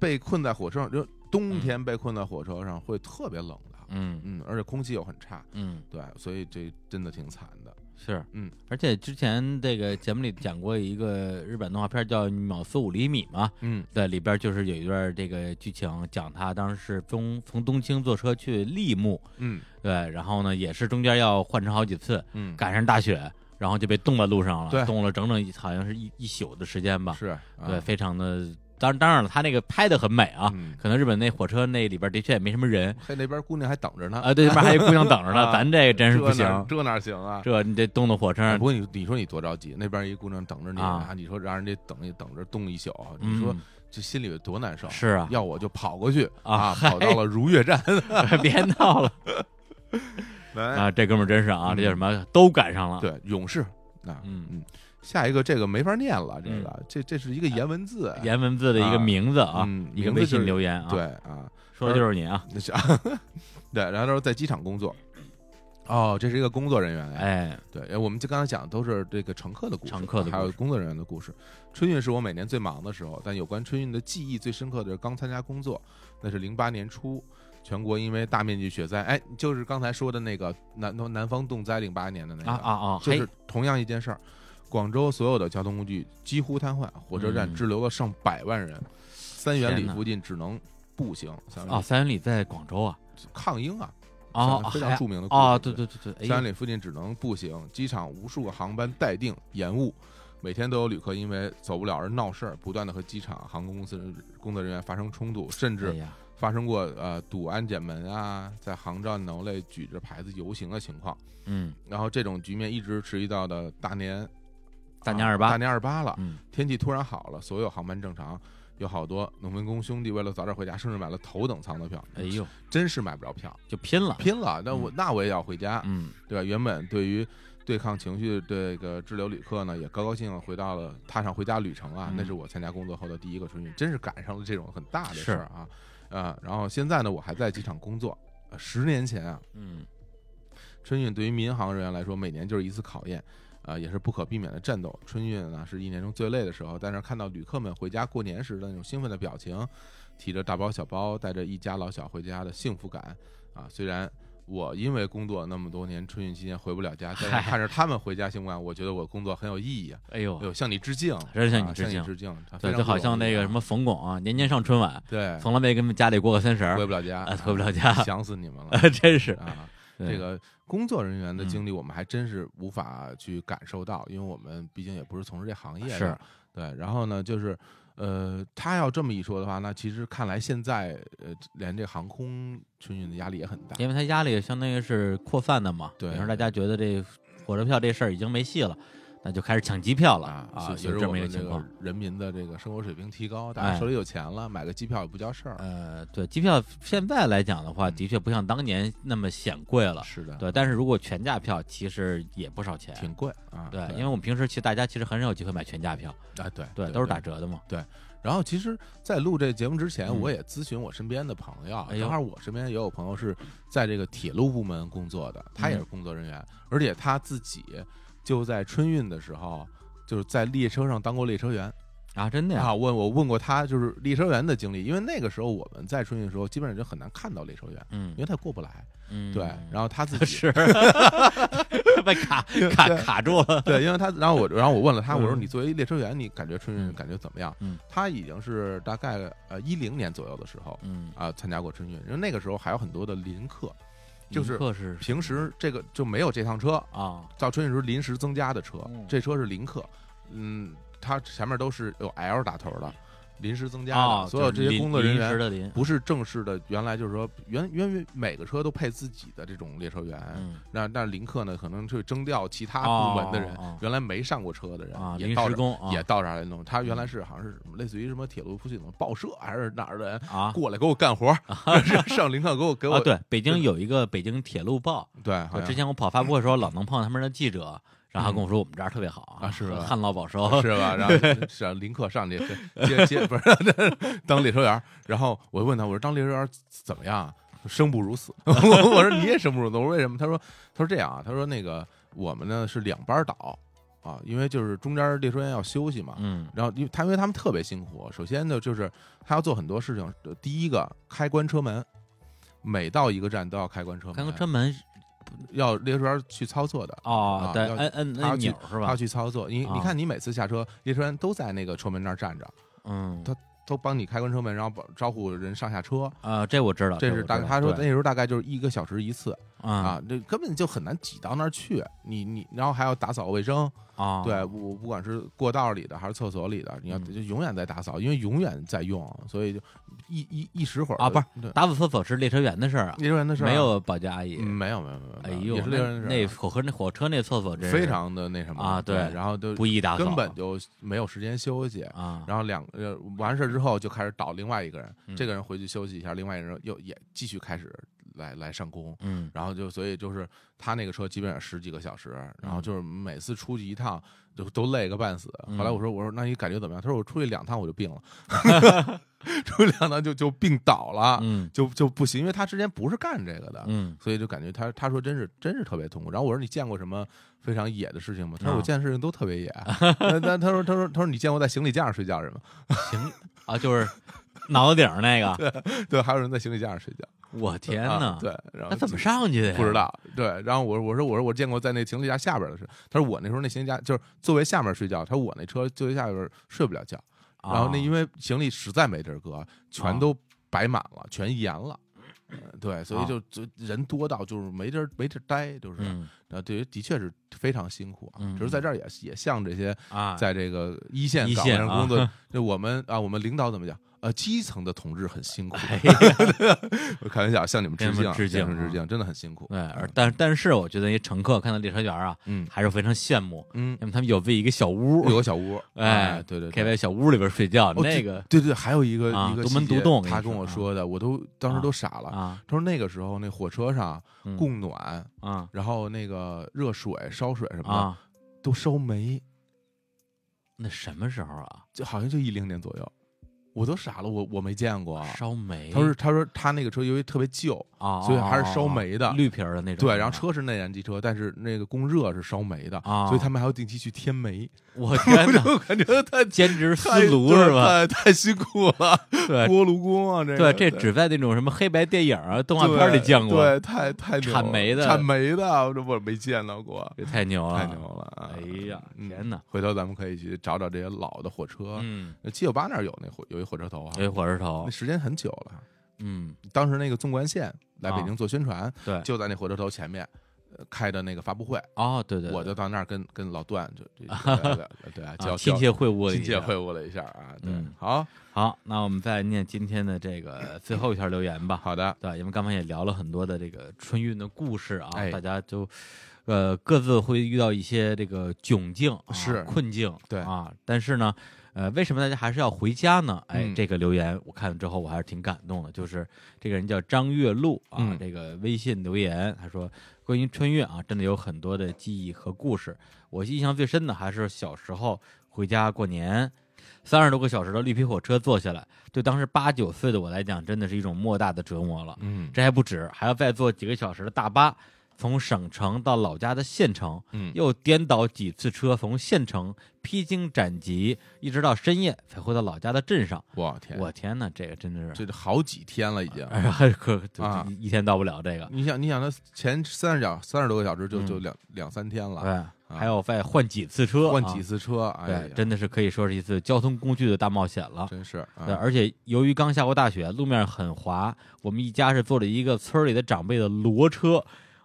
被困在火车上，就冬天被困在火车上会特别冷的，
嗯
嗯，而且空气又很差，
嗯
对，所以这真的挺惨的。
是
嗯，
而且之前这个节目里讲过一个日本动画片叫《秒速五厘米》嘛，
嗯
在里边就是有一段这个剧情，讲他当时是从从东京坐车去立木，
嗯
对，然后呢也是中间要换乘好几次，
嗯，
赶上大雪，然后就被冻在路上了，
对
冻了整整一好像是一一宿的时间吧，
是，
啊
啊
对，非常的，当当然了，他那个拍的很美啊，
嗯，
可能日本那火车那里边的确也没什么人
嘿，那边姑娘还等着呢，
啊，对，那边还有姑娘等着呢，
啊
咱这个真是不
这哪
行，
这哪行啊？
这你这冻到火车
哎
上
不，过你你说你多着急，那边一姑娘等着你
嗯啊
啊，你说让人家等一等着冻一宿，啊你说
嗯，
这心里有多难受？
是啊，
要我就跑过去
啊嗨
跑到了如月 站
别闹了
来。
啊，这哥们儿真是啊，
嗯
这叫什么都赶上了，
对，勇士啊，
嗯
嗯，下一个这个没法念了，这个这这是一个颜文字，
颜文字的一个
啊
名字啊，
嗯
一个
名字
微
就是
信留言啊，
对，啊，
说的就是你啊，
那是啊， 对，然后他说在机场工作，哦，这是一个工作人员哎，
哎，
对，哎我们就刚才讲的都是这个乘客的故事，啊
乘客的故事
还有工作人员的故事。春运是我每年最忙的时候，但有关春运的记忆最深刻的是刚参加工作，那是零八年初，全国因为大面积雪灾，哎，就是刚才说的那个南南南方冻灾零八年的那个
啊啊啊，
哎就
嘿
是同样一件事儿。广州所有的交通工具几乎瘫痪，火车站
嗯
滞留了上百万人，三元里
天哪
附近只能步行。三元
啊，
里
三元里在广州啊，
抗英啊，
哦，
非常
还
著名的故事
啊，对对对对，
三
里
里附近只能步行，机场无数个航班待定延误，每天都有旅客因为走不了而闹事儿，不断的和机场、航空公司工作人员发生冲突，甚至
哎呀，
发生过呃堵安检门啊，在航站楼内举着牌子游行的情况。
嗯
然后这种局面一直持续到的大年
大年二八
啊大年二八了，
嗯，
天气突然好了，所有航班正常。有好多农民工兄弟为了早点回家，甚至买了头等舱的票，
哎呦，
真是买不着票，
就拼了，
拼了！那我那我也要回家，
嗯
对吧？原本对于对抗情绪的这个滞留旅客呢，也高高兴兴回到了踏上回家旅程啊。
嗯
那是我参加工作后的第一个春运，真是赶上了这种很大的事儿啊。呃，然后现在呢，我还在机场工作。呃十年前啊，
嗯，
春运对于民航人员来说，每年就是一次考验，呃，也是不可避免的战斗。春运呢，是一年中最累的时候，但是看到旅客们回家过年时的那种兴奋的表情，提着大包小包，带着一家老小回家的幸福感，啊，虽然。我因为工作那么多年，春运期间回不了家，但
嗨
是看着他们回家幸福感，我觉得我工作很有意义啊！
哎呦
哎，呦，向你致敬，
真是向你
啊
致敬
致敬，
对，
非常
就好像
不容
那
易
个
啊
什么冯巩啊，年年上春晚，
对，
从来没跟家里过过三十
回
儿，
不了家，
啊回不了家
想死你们 了
真是
啊！
对
这个工作人员的
嗯
经历，我们还真是无法去感受到，因为我们毕竟也不是从事这行业的。
是
对，然后呢，就是呃，他要这么一说的话，那其实看来现在呃，连这航空春运的压力也很大。
因为他压力相当于是扩散的嘛，
对
有时候大家觉得这火车票这事儿已经没戏了，那就开始抢机票了啊，
随
有
着
这
我
么一
们
个
这
情
个
况。
人民的这个生活水平提高，大
哎
家手里有钱了，买个机票也不叫事儿。
呃，对，机票现在来讲的话，
嗯
的确不像当年那么显贵了，
是的，
对，但是如果全价票，其实也不少钱，
挺贵啊。
对，因为我们平时其实大家其实很少有机会买全价票，
啊，对
对，都是打折的嘛，
然后其实，在录这节目之前，
嗯
我也咨询我身边的朋友，
哎呦
正好我身边也有朋友是在这个铁路部门工作的，
嗯
他也是工作人员，而且他自己就在春运的时候。就是在列车上当过列车员
啊，真的呀，
啊，问我问过他就是列车员的经历，因为那个时候我们在春运的时候，基本上就很难看到列车员，
嗯
因为他过不来。
嗯，
对，然后他自 己
是被卡卡卡住了，
对，因为他，然后我，然后我问了他，我说
嗯
你作为列车员，你感觉春运
嗯
感觉怎么样？
嗯
他已经是大概呃一零年左右的时候，
嗯，
啊、参加过春运，因为那个时候还有很多的临客，就是
林克是
平时这个就没有这趟车，
啊，
到春运时候临时增加的车
嗯，
这车是临客，嗯，它前面都是有 L 打头的，临时增加
啊
的，，所有这些工作人
临时
员
的临，
不是正式的，原来就是说原原原每个车都配自己的这种列车员，
嗯
那那林克呢，可能就征调其他部门的人，
哦哦哦
原来没上过车的人、
啊，
也
临
到
时
这、
工啊嗯
也到这儿来弄。他原来是好像是什么类似于什么铁路部系统报社还是哪儿的人、
啊
过来给我干活儿，上林克给我给我、
啊，对，北京
对
有一个北京铁路报，
对，啊好
我
像
之前我跑发布会的时候老能碰到他们的记者，然后他跟我说我们这儿特别好
啊是吧
旱涝保收，
是吧？然后上林克上去接接不是当列车员儿，然后我就问他，我说当列车员儿怎么样啊？生不如死。我说你也生不如死，我说为什么？他说他说这样啊，他说那个我们呢是两班儿倒啊，因为就是中间儿列车员要休息嘛。
嗯
然后，因为他因为他们特别辛苦，首先呢，就是他要做很多事情。呃第一个，开关车门，每到一个站都要开关车门，
开个车门
要列车员儿去操作的。
哦
啊，
对，
要
摁摁
他要
按
去
钮是
他要
吧？
去操作，你
啊
你看，你每次下车，列车员都在那个车门那儿站着，
嗯
他都帮你开关车门，然后帮招呼人上下车。
啊，这我知道，
这
我
是
知
大，
道
他说那
对
时候大概就是一个小时一次
啊
啊，这根本就很难挤到那儿去。你你，然后还要打扫卫生，
啊，
对我不管是过道里的还是厕所里的，你要
嗯
就永远在打扫，因为永远在用，所以就一一一时会儿
啊不是
对
打扫厕所是列车员的事儿啊，
列车员的事儿啊
没有保洁阿姨
嗯。没有没有没有，
哎
没
呦
有也，是列车
那
员的
那
事
火车那火车那厕所
儿，
真是
非常的那什么
啊对
然后都
不易打扫，
根本就没有时间休息，
啊
然后两呃完事儿之后就开始倒另外一个人，
嗯
这个人回去休息一下，另外一个人又也继续开始来来上工，
嗯
然后就所以就是他那个车基本上十几个小时，然后就是每次出去一趟就都累个半死。
嗯
后来我说我说那你感觉怎么样？他说我出去两趟我就病了， 出去两趟就就病倒了，
嗯
就就不行，因为他之前不是干这个的。
嗯
所以就感觉他他说真是真是特别痛苦。然后我说你见过什么非常野的事情吗？他说
啊
我见的事情都特别野。 但但他说他说他说你见过在行李架上睡觉的人吗？
啊，就是脑袋顶儿那个，
对，还有人在行李架上睡觉。
我天
啊
哪！
对，然后
那怎么啊上去的呀？
不知道？对，然后我我说我说我见过在那行李架下边的是，他说我那时候那行李架就是座位下面睡觉，他说我那车座位下边睡不了觉，
啊。
然后那因为行李实在没地儿搁，全都摆满了，全严了。呃对，所以
啊
就就人多到就是没地儿没地儿待，就是，
嗯
呃，对于的确是非常辛苦啊。
嗯
只是在这儿也也向这些
啊，
在这个一线
一
岗
线
位上
啊
工作，就我们啊，我们领导怎么讲？呃，基层的同志很 辛苦，
哎呀
我开玩笑，向你们致
向你
敬
们
啊，
致敬
向你们
啊
致敬，真的很辛苦。
对，而但但是我觉得，一乘客看到列车员啊，
嗯
还是非常羡慕，
嗯，
因为他们有自己一个小屋，
有个小屋，
哎
对对
可以
对。
在小屋里边睡觉，
哦
那
这
个
对对，还有一个
啊
一个
独门
细节
独栋
他
跟
跟
你说
我
啊
说的，我都当时都傻了。
啊
他说那个时候那火车上
嗯
供暖，
啊
然后那个热水、烧水什么
啊，
的都烧没，
那什么时候啊？
就好像就一零年左右，我都傻了，我我没见过。啊
烧煤，
他说他说他那个车因为特别旧，
啊，
所以还是烧
哦
煤的
绿皮儿的那种。
对，然后，车是内燃机车，但是那个供热是烧煤的，
啊
所以他们还要定期去添煤。
我天 哪，
我感 觉太
兼职司
太
炉是吧？？
太太辛苦了，
对
锅炉工啊，这
对，
个
这只在那种什么黑白电影啊、动画片里见过，啊
对，对太太牛了
产煤的
产煤的，我这我没见到过，
这太牛了，
太牛！了啊！
哎呀，
嗯
天哪！
回头咱们可以去找找这些老的火车，
嗯，
七九八那儿有那火有一火车头啊，
有一火车头
那，时间很久了，
嗯，
当时那个纵贯线来北
啊
京做宣传，
对，
就在那火车头前面。呃开的那个发布会，
哦，对对，对
我就到那儿跟跟老段 就就就对啊，
啊
交
亲
交
切会晤了一
亲
下，
切会晤了一下啊。对
嗯，
好
好，那我们再念今天的这个最后一条留言吧。
好的，
对，因为刚才也聊了很多的这个春运的故事啊，
哎
大家就呃各自会遇到一些这个窘境、啊、
是
困境，
对
啊。但是呢，呃，为什么大家还是要回家呢？哎，
嗯
这个留言我看了之后，我还是挺感动的。就是这个人叫张月露啊，
嗯
这个微信留言，他说关于春运啊，真的有很多的记忆和故事。我印象最深的还是小时候回家过年，三十多个小时的绿皮火车坐下来，对当时八九岁的我来讲，真的是一种莫大的折磨了。
嗯
这还不止，还要再坐几个小时的大巴，从省城到老家的县城，
嗯
又颠倒几次车，从县城披荆斩棘，一直到深夜才回到老家的镇上。
我天，
我天哪，这个真的是，
这好几天了已经。
哎呀，可
啊
一天到不了这个。
你想，你想，他前三十小三十多个小时就
嗯哎
就两两三天了，
对，还要再换几次车，
啊换几
次，
次车，哎呀
啊对，，真的是可以说是一次交通工具的大冒险了。
真是啊
对，而且由于刚下过大雪，路面很滑，我们一家是坐着一个村儿里的长辈的骡车，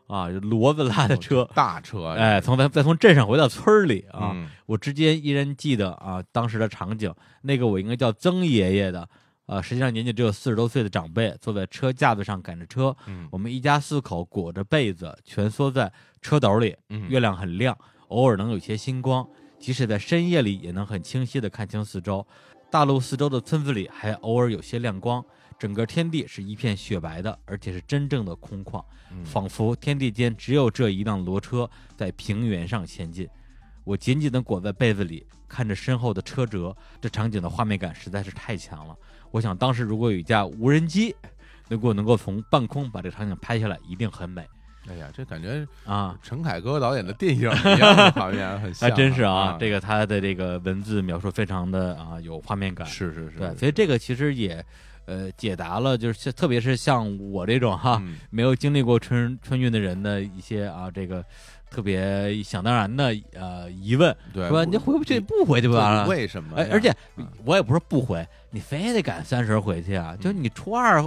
啊，骡子
哦
拉的车，
大车，
哎，从再再从镇上回到村儿里啊，
嗯，
我至今依然记得啊当时的场景，那个我应该叫曾爷爷的，呃，实际上年纪只有四十多岁的长辈坐在车架子上赶着车，
嗯
我们一家四口裹着被子蜷缩在车斗里，
嗯，
月亮很亮，偶尔能有一些星光，即使在深夜里也能很清晰地看清四周。大路四周的村子里还偶尔有些亮光，整个天地是一片雪白的，而且是真正的空旷，
嗯
仿佛天地间只有这一辆骡车在平原上前进。我紧紧地裹在被子里，看着身后的车辙，这场景的画面感实在是太强了。我想，当时如果有一架无人机，如果能够从半空把这个场景拍下来，一定很美
哎呀，这感觉
啊！
陈凯歌导演的电影一样的画面，很 像
还
啊，
真是啊，这
个
个他的这个文字描述非常的啊有画面感，
是是是，
对，所以这个其实也呃解答了，就是像特别是像我这种哈、
嗯
没有经历过春春运的人的一些啊这个特别想当然的呃疑问，
对，
是吧？
我
你回不去不回就
对
完了。
为什么
哎
呀？，
而且
嗯
我也不是不回，你非得赶三十回去啊？就是你初二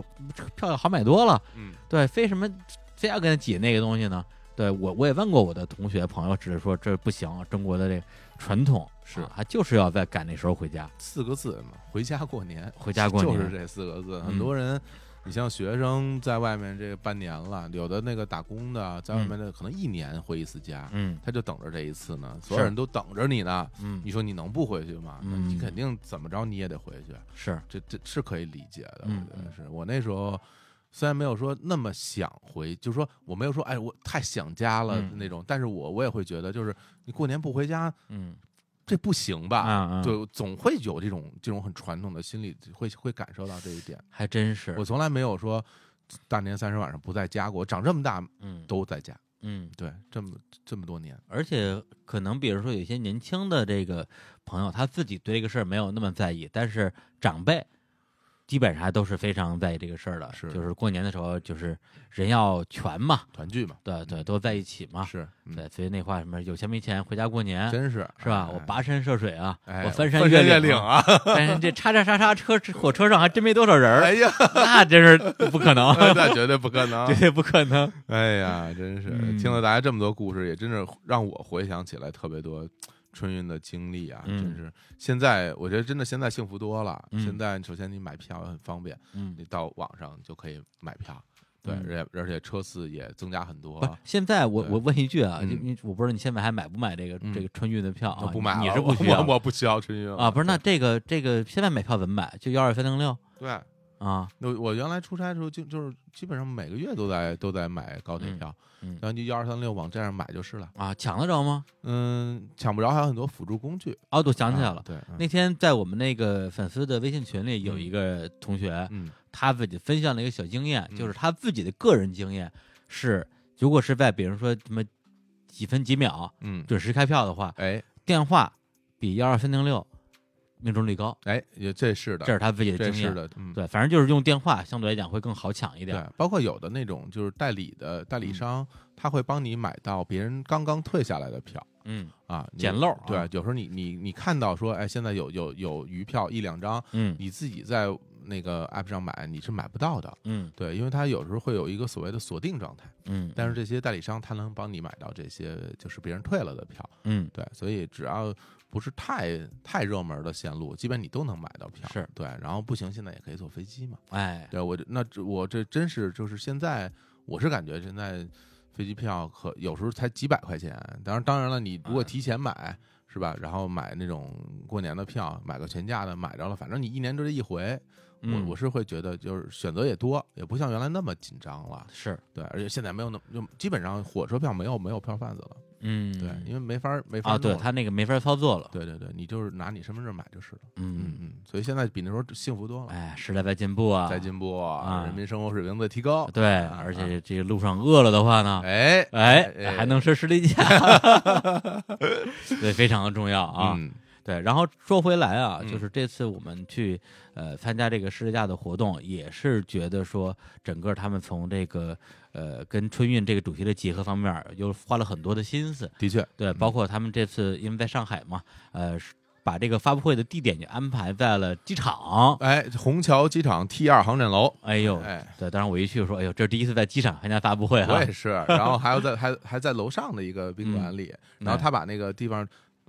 票好买多了，
嗯
对，非什么非要跟他挤那个东西呢？对我我也问过我的同学朋友，只是说这不行，中国的这个传统
是
啊，他就是要在赶那时候回家。
四个字嘛，回家过年，
回家过年
就是这四个字。
嗯
很多人，你像学生在外面这半年了，有的那个打工的在外面的可能一年回一次家，
嗯
他就等着这一次呢，所有人都等着你呢。
嗯
你，说你能不回去吗？
嗯
你肯定怎么着你也得回去，
是
这这是可以理解的。
嗯
我觉得是我那时候虽然没有说那么想回，就是说我没有说哎我太想家了
嗯
那种，但是我我也会觉得就是你过年不回家
嗯
这不行吧？
啊啊，
对，总会有这种这种很传统的心理，会会感受到这一点。
还真是
我从来没有说大年三十晚上不在家过，我长这么大
嗯
都在家，
嗯，
对，这么这么多年，
而且可能比如说有些年轻的这个朋友，他自己对这个事儿没有那么在意，但是长辈。基本上还都是非常在意这个事儿的，
是
就是过年的时候，就是人要全嘛，
团聚嘛，嗯
对对，都在一起嘛，
是，嗯
对，所以那话什么有钱没钱回家过年，
真是
是吧？
哎
我跋山涉水啊，
哎
我翻
山
越
越
岭
岭
啊，
啊，
但是这叉叉叉叉车火车上还真没多少人儿，
哎呀，
那真是不可能，
那绝对不可能
绝， 对不可能。
哎呀，真是
嗯
听了大家这么多故事，也真是让我回想起来特别多春运的经历啊，
嗯
真是现在我觉得真的现在幸福多了，
嗯
现在首先你买票也很方便。
嗯，
你到网上就可以买票，对，
嗯
而且而且车次也增加很多
不是，，现在我
对
我问一句啊，
嗯
就你我不知道你现在还买不买这个
嗯
这个春运的票啊
我？不买了，
你是
我
不需要
我我不 需要春运了
啊？不是，那
对
这个这个现在买票怎么买？就幺二三零六
对，
啊？
那我原来出差的时候就就是基本上每个月都在都在买高铁票，
嗯嗯
然后就幺二三六网站上买就是了，
啊，抢得着吗？
嗯，抢不着还有很多辅助工具，
哦，我想起来
啊
了。
对，嗯
那天在我们那个粉丝的微信群里，有一个同学，
嗯
他自己分享了一个小经验，
嗯
就是他自己的个人经验是，如果是在比如说什么几分几秒
嗯，
准时开票的话，
哎
电话比幺二三零六命中率高，
哎，也这是的，
这是他自己的
这
经
是
验。
的，嗯。
对，反正就是用电话相对来讲会更好抢一点。
对，包括有的那种就是代理的代
嗯
理商，他会帮你买到别人刚刚退下来的票
嗯
啊，你
捡漏啊
对，有时候你你你看到说，哎，现在有有有余票一两张，
嗯
你自己在那个 app 上买，你是买不到的。
嗯
对，因为它有时候会有一个所谓的锁定状态，
嗯，
但是这些代理商他能帮你买到这些就是别人退了的票。
嗯
对，所以只要不是太太热门的线路，基本你都能买到票。
是
对，然后不行，现在也可以坐飞机嘛。
哎
对我这那这我这真是就是现在我是感觉现在飞机票可有时候才几百块钱，当然当然了，你如果
嗯
提前买是吧，然后买那种过年的票，买个全价的买着了，反正你一年就这一回，我
嗯
我是会觉得就是选择也多，也不像原来那么紧张了，
是
对，而且现在没有那么就基本上火车票没有没有票贩子了，
嗯
对，因为没法没法
啊，对
弄了
他那个没法操作了。
对对对，你就是拿你身份证买就是了，嗯
嗯，
嗯，所以现在比那时候幸福多了，
哎，时代在进步啊，
嗯在进步，
啊
人民生活水平在提高，
对，
啊
而且这个路上饿了的话呢，
哎
哎
哎，
还能吃士力 架，对，非常的重要啊。
嗯
对，然后说回来啊，
嗯
就是这次我们去呃参加这个世界架的活动，也是觉得说整个他们从这个呃跟春运这个主题的结合方面儿，又花了很多的心思。
的确，
对，包括他们这次因为在上海嘛，呃，是把这个发布会的地点就安排在了机场。
哎，虹桥机场 T 二航站楼，
哎呦，
哎
对，当时我一去我说，哎呦，这是第一次在机场参加发布会哎啊哈嗯
我。也是，然后还要在还还在楼上的一个宾馆里，然后
哎
他把那个地方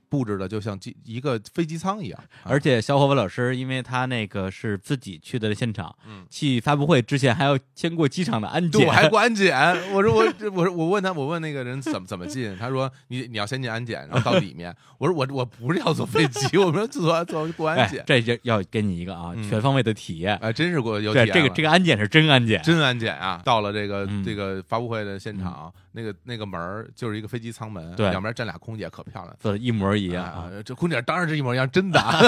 布置的就像机一个飞机舱一样，啊
而且小伙伴老师，因为他那个是自己去的现场，
嗯
去发布会之前还要先过机场的安
对
检，
我还过安检，我说我这我说我问他，我问那个人怎么怎么进，他说你你要先进安检，然后到里面，我说我我不是要坐飞机， 我说坐坐过安
哎
检，，
这就要给你一个啊
嗯
全方位的体验。
哎，真是过有体
对，
验
这个
了
这个安检是真安检，
真安检啊！到了这个、
嗯
这个发布会的现场，那个那个门儿就是一个飞机舱门，
对
两边站俩空姐，可漂亮。
做的一模一样
啊
啊！！
这空姐当然是一模一样，真的啊。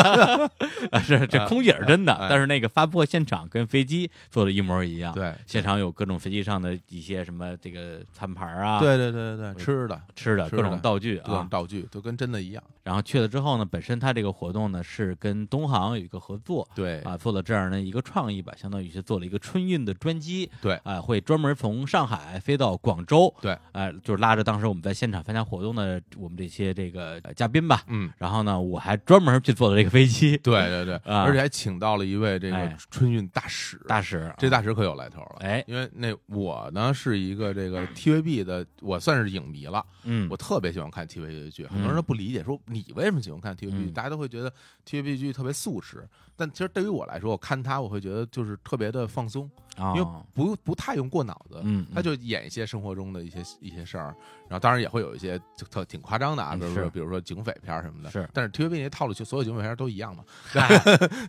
啊是这
哎
空姐是真的
哎，
但是那个发布会现场跟飞机做的一模一 样。，
对，
现场有各种飞机上的一些什么这个餐盘啊，，
对对对对对，吃的
吃的
吃
各种
的
道具
各种
啊。
道具都跟真的一样。
然后去了之后呢，本身它这个活动呢是跟东航有一个合作，
对
啊，做了这样的一个创意吧，相当于是做了一个春运的专机，
对
啊，会专门从上海飞到广州，
对，
啊，就是拉着当时我们在现场参加活动的我们这些这个呃嘉宾吧，
嗯，
然后呢，我还专门去坐的这个飞机，
对对对，
啊
而且还请到了一位这个
哎
春运大使。
大使，
这大使可有来头了，
哎
因为那我呢是一个这个 TVB 的，我算是影迷了，
嗯，
我特别喜欢看 TVB 的剧，很多人都不理解，说你为什么喜欢看 TVB 剧？
嗯
大家都会觉得 TVB 剧特别速食，但其实对于我来说，我看它我会觉得就是特别的放松，
啊
因为不不太用过脑子，
嗯，
他
嗯
就演一些生活中的一些一些事儿，然后当然也会有一些就特挺夸张的啊，
嗯
比如说
是
比如说警匪片儿什么的，
嗯是
但是 TVB 那套路，就所有警匪片儿都一样嘛。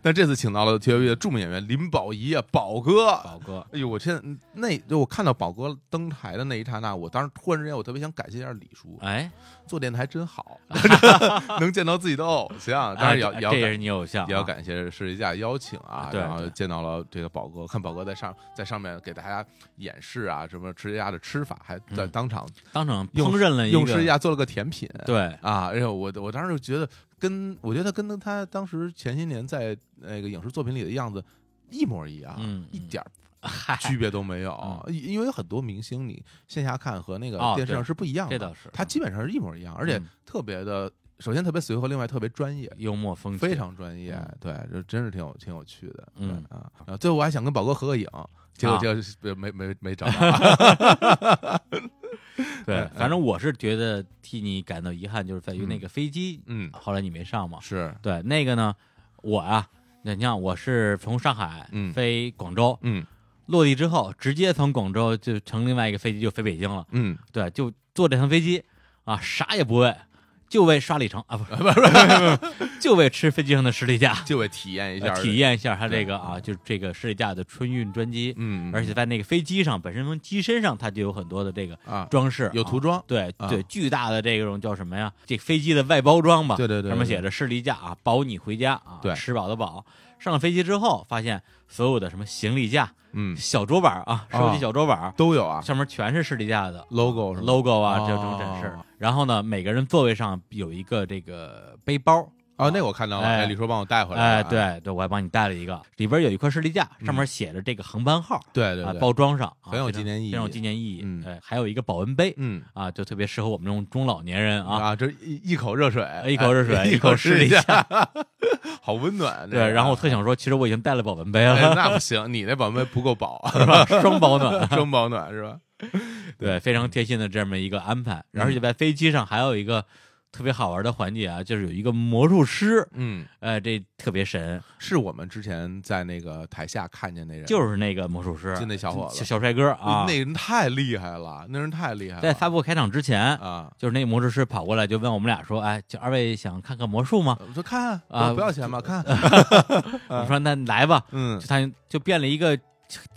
但这次请到了 TVB 的著名演员林保怡啊，宝哥，
宝哥，
哎呦，我现在那就我看到宝哥登台的那一刹那，我当时突然之间，我特别想感谢一下李叔，
哎，
做电台 真好，能见到自己的偶像，当然也要
啊
也
这
要
这也
感
是你偶像啊，
也要感谢世界架邀请啊，
对
然后
对
见到了这个宝哥，看宝哥在上在上面给大家演示啊，什么世界架的吃法，还在
嗯
当场
当场
用
烹饪了一
用世界
个，
架做了个甜品，
对，
啊，哎呦，我我当时就觉得跟我觉得跟他当时前些年在那个影视作品里的样子一模一样，
嗯
啊一
嗯
点儿
嗨，
区别都没有，因因为有很多明星你线下看和那个
哦
电视
对
上是不一样的，
这倒是
啊
啊
他基本上是一模一样，而且
嗯
特别的，首先特别随和，另外特别专业，
幽默风趣，
非常专业
嗯，
对，这真是挺有挺有趣的，对
嗯
啊。然后最后我还想跟宝哥合个影，结果
啊
结果没没没 找到，
对
嗯，
反正我是觉得替你感到遗憾，就是在于那
嗯
个飞机，
嗯，
后来你没上嘛，
是，
对，那个呢，我啊，那你像我是从上海
嗯
飞广州，
嗯
落地之后直接从广州就乘另外一个飞机就飞北京了。
嗯，
对，就坐这趟飞机啊，啥也不为，就为刷里程啊，不是 不是不是， 就为吃飞机上的士力架，
就得体验一下
呃体，验一下它这个啊，就是这个士力架的春运专机。
嗯，
而且在那个飞机上，本身从机身上它就有很多的这个
啊，
装饰，
有涂装，
对
啊
对，巨大的这种叫什么呀？这飞机的外包装吧，
对对对
上面
对
写着“士力架”啊，保你回家啊，
对
吃饱的饱。上了飞机之后，发现所有的什么行李架、
嗯，
小桌板啊，手
啊
机小桌板，
都有啊
上面全是士力架的
，logo 是吧
logo 啊，这种展示
哦。
然后呢，每个人座位上有一个这个背包，
啊，那我看到了，
哎
哎，李叔帮我带回来
哎，
了啊，嗯
对对，我还帮你带了一个，里边有一块士力架，上面写着这个航班号
对
啊
对，对，
包装上啊
很有
非常
纪念意义
非常有纪念意义。
嗯
哎，还有一个保温杯
嗯
啊，就特别适合我们这种中老年人啊。
啊，这一一口热水，
一口热水
哎
一
一
口
试
试一
下
下，
好温暖。这
对，
个
然后我特想说，其实我已经带了保温杯
啊哎
了，
那不行，你那保温不够饱，
是吧？ 双保 暖，
双保暖是吧？
对，非常贴心的这么一个安排。
嗯
而且在飞机上还有一个特别好玩的环节啊，就是有一个魔术师，
嗯，
呃，这特别神，
是我们之前在那个台下看见那人，
就是那个魔术师，
就那小伙子
小小帅哥啊，
那人太厉害了，那人太厉害了，
在发布开场之前，
啊，
就是那魔术师跑过来就问我们俩说：“哎，就二位想看看魔术吗
呃我说看
啊
不不要钱吧，看，？”
我说：“那来吧。”
啊嗯
就，他就变了一个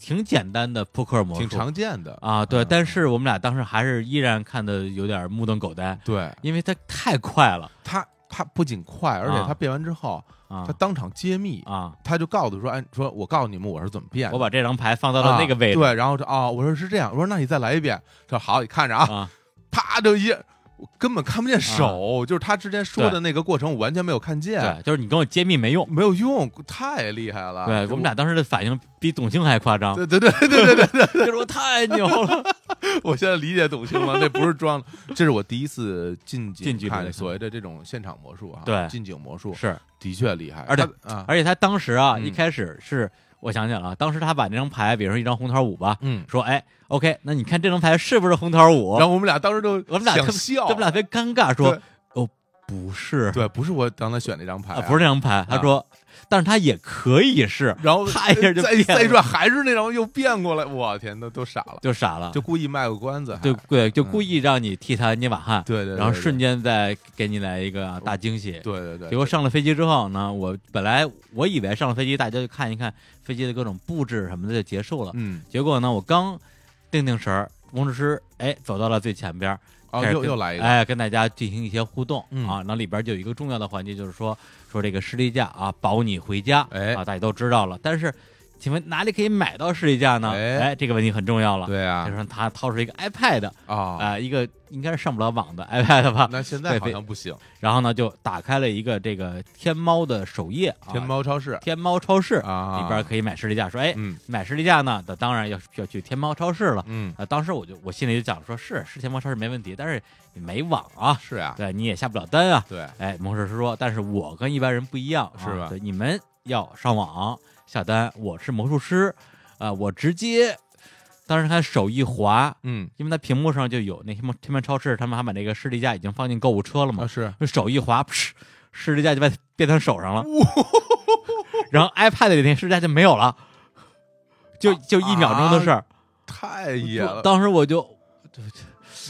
挺简单的扑克魔术，
挺常见的，
啊，对。
嗯
但是我们俩当时还是依然看的有点目瞪口呆，
对
因为他太快了
他，他不仅快，而且
啊
他变完之后，
啊
他当场揭秘，
啊！
他就告诉说，哎，说我告诉你们我是怎么变的，
我把这张牌放到了那个位置
哎啊对，然后就啊、我说是这样，我说那你再来一遍，他说好，你看着啊，
啊
啪就一，我根本看不见手，就是他之前说的那个过程，我完全没有看见，
对，就是你跟我揭秘没用。
没有用，太厉害了，
对我们俩当时的反应比董卿还夸张，
对对对对对
就
对，
是我太牛了，
我现在理解董卿 了，那不是装的，这是我第一次近景
近距离
看
的
所谓的这种现场魔术啊，
对
近景魔术
是，
的确厉害，
而且
他啊，
而且他当时啊，
嗯
一开始是我想起来了，当时他把那张牌，比如说一张红桃五吧，
嗯，
说哎，OK，那你看这张牌是不是红桃五？
然后我们俩当时都
我们俩
想
特
笑，
他们俩特别尴尬，说
对
哦不是
对，不是我刚才选那张牌
啊
啊，，
不是那张牌，他说，但是他也可以是，
然后
啪一下就
再
变
再一
了
转还是那张，又变过来，我天，都都傻了，
就傻了，
就故意卖个关子，还
啊对对，就
嗯
故意让你替他捏把汗，
对对，
然后
对
瞬，间再给你来一个啊大惊喜。
对对对，
结果上了飞机之后呢，我本来我以为上了飞机大家就看一看飞机的各种布置什么的就结束了，
嗯，
结果呢，我刚定定神儿，工程师哎走到了最前边儿，
哦，
开始
又
跟
又来一个，
哎，跟大家进行一些互动、
嗯
啊。那里边就有一个重要的环节，就是说说这个士力架啊，保你回家，
哎
啊，大家都知道了。但是，请问哪里可以买到士力架呢？
哎
哎这个问题很重要了。
对啊
就，是他掏出了一个 iPad 啊、
啊，
一个应该是上不了网的 iPad 吧。
那现在
对
好
非
像不行，啊
然后呢，就打开了一个这个天猫的首页，啊、
天猫超市
天猫超市、
啊，
里边可以买士力架。说，哎，
嗯
买士力架呢，那当然要要去天猫超市了。
嗯，
啊，当时我就我心里就想说，是是天猫超市没问题，但是你没网啊，
是啊，
对，你也下不了单啊。
对，
哎，魔术师说，但是我跟一般人不一样啊、
是吧
对，你们要上网下单，我是魔术师，啊、我直接，当时他手一滑，
嗯
因为他屏幕上就有那什么天猫超市，他们还把那个士力架已经放进购物车了嘛
啊，是，
就手一滑，噗士力架就变变他手上了，然后 iPad 里那士力架就没有了，就就一秒钟的事
啊
儿。
太野了，
当时我就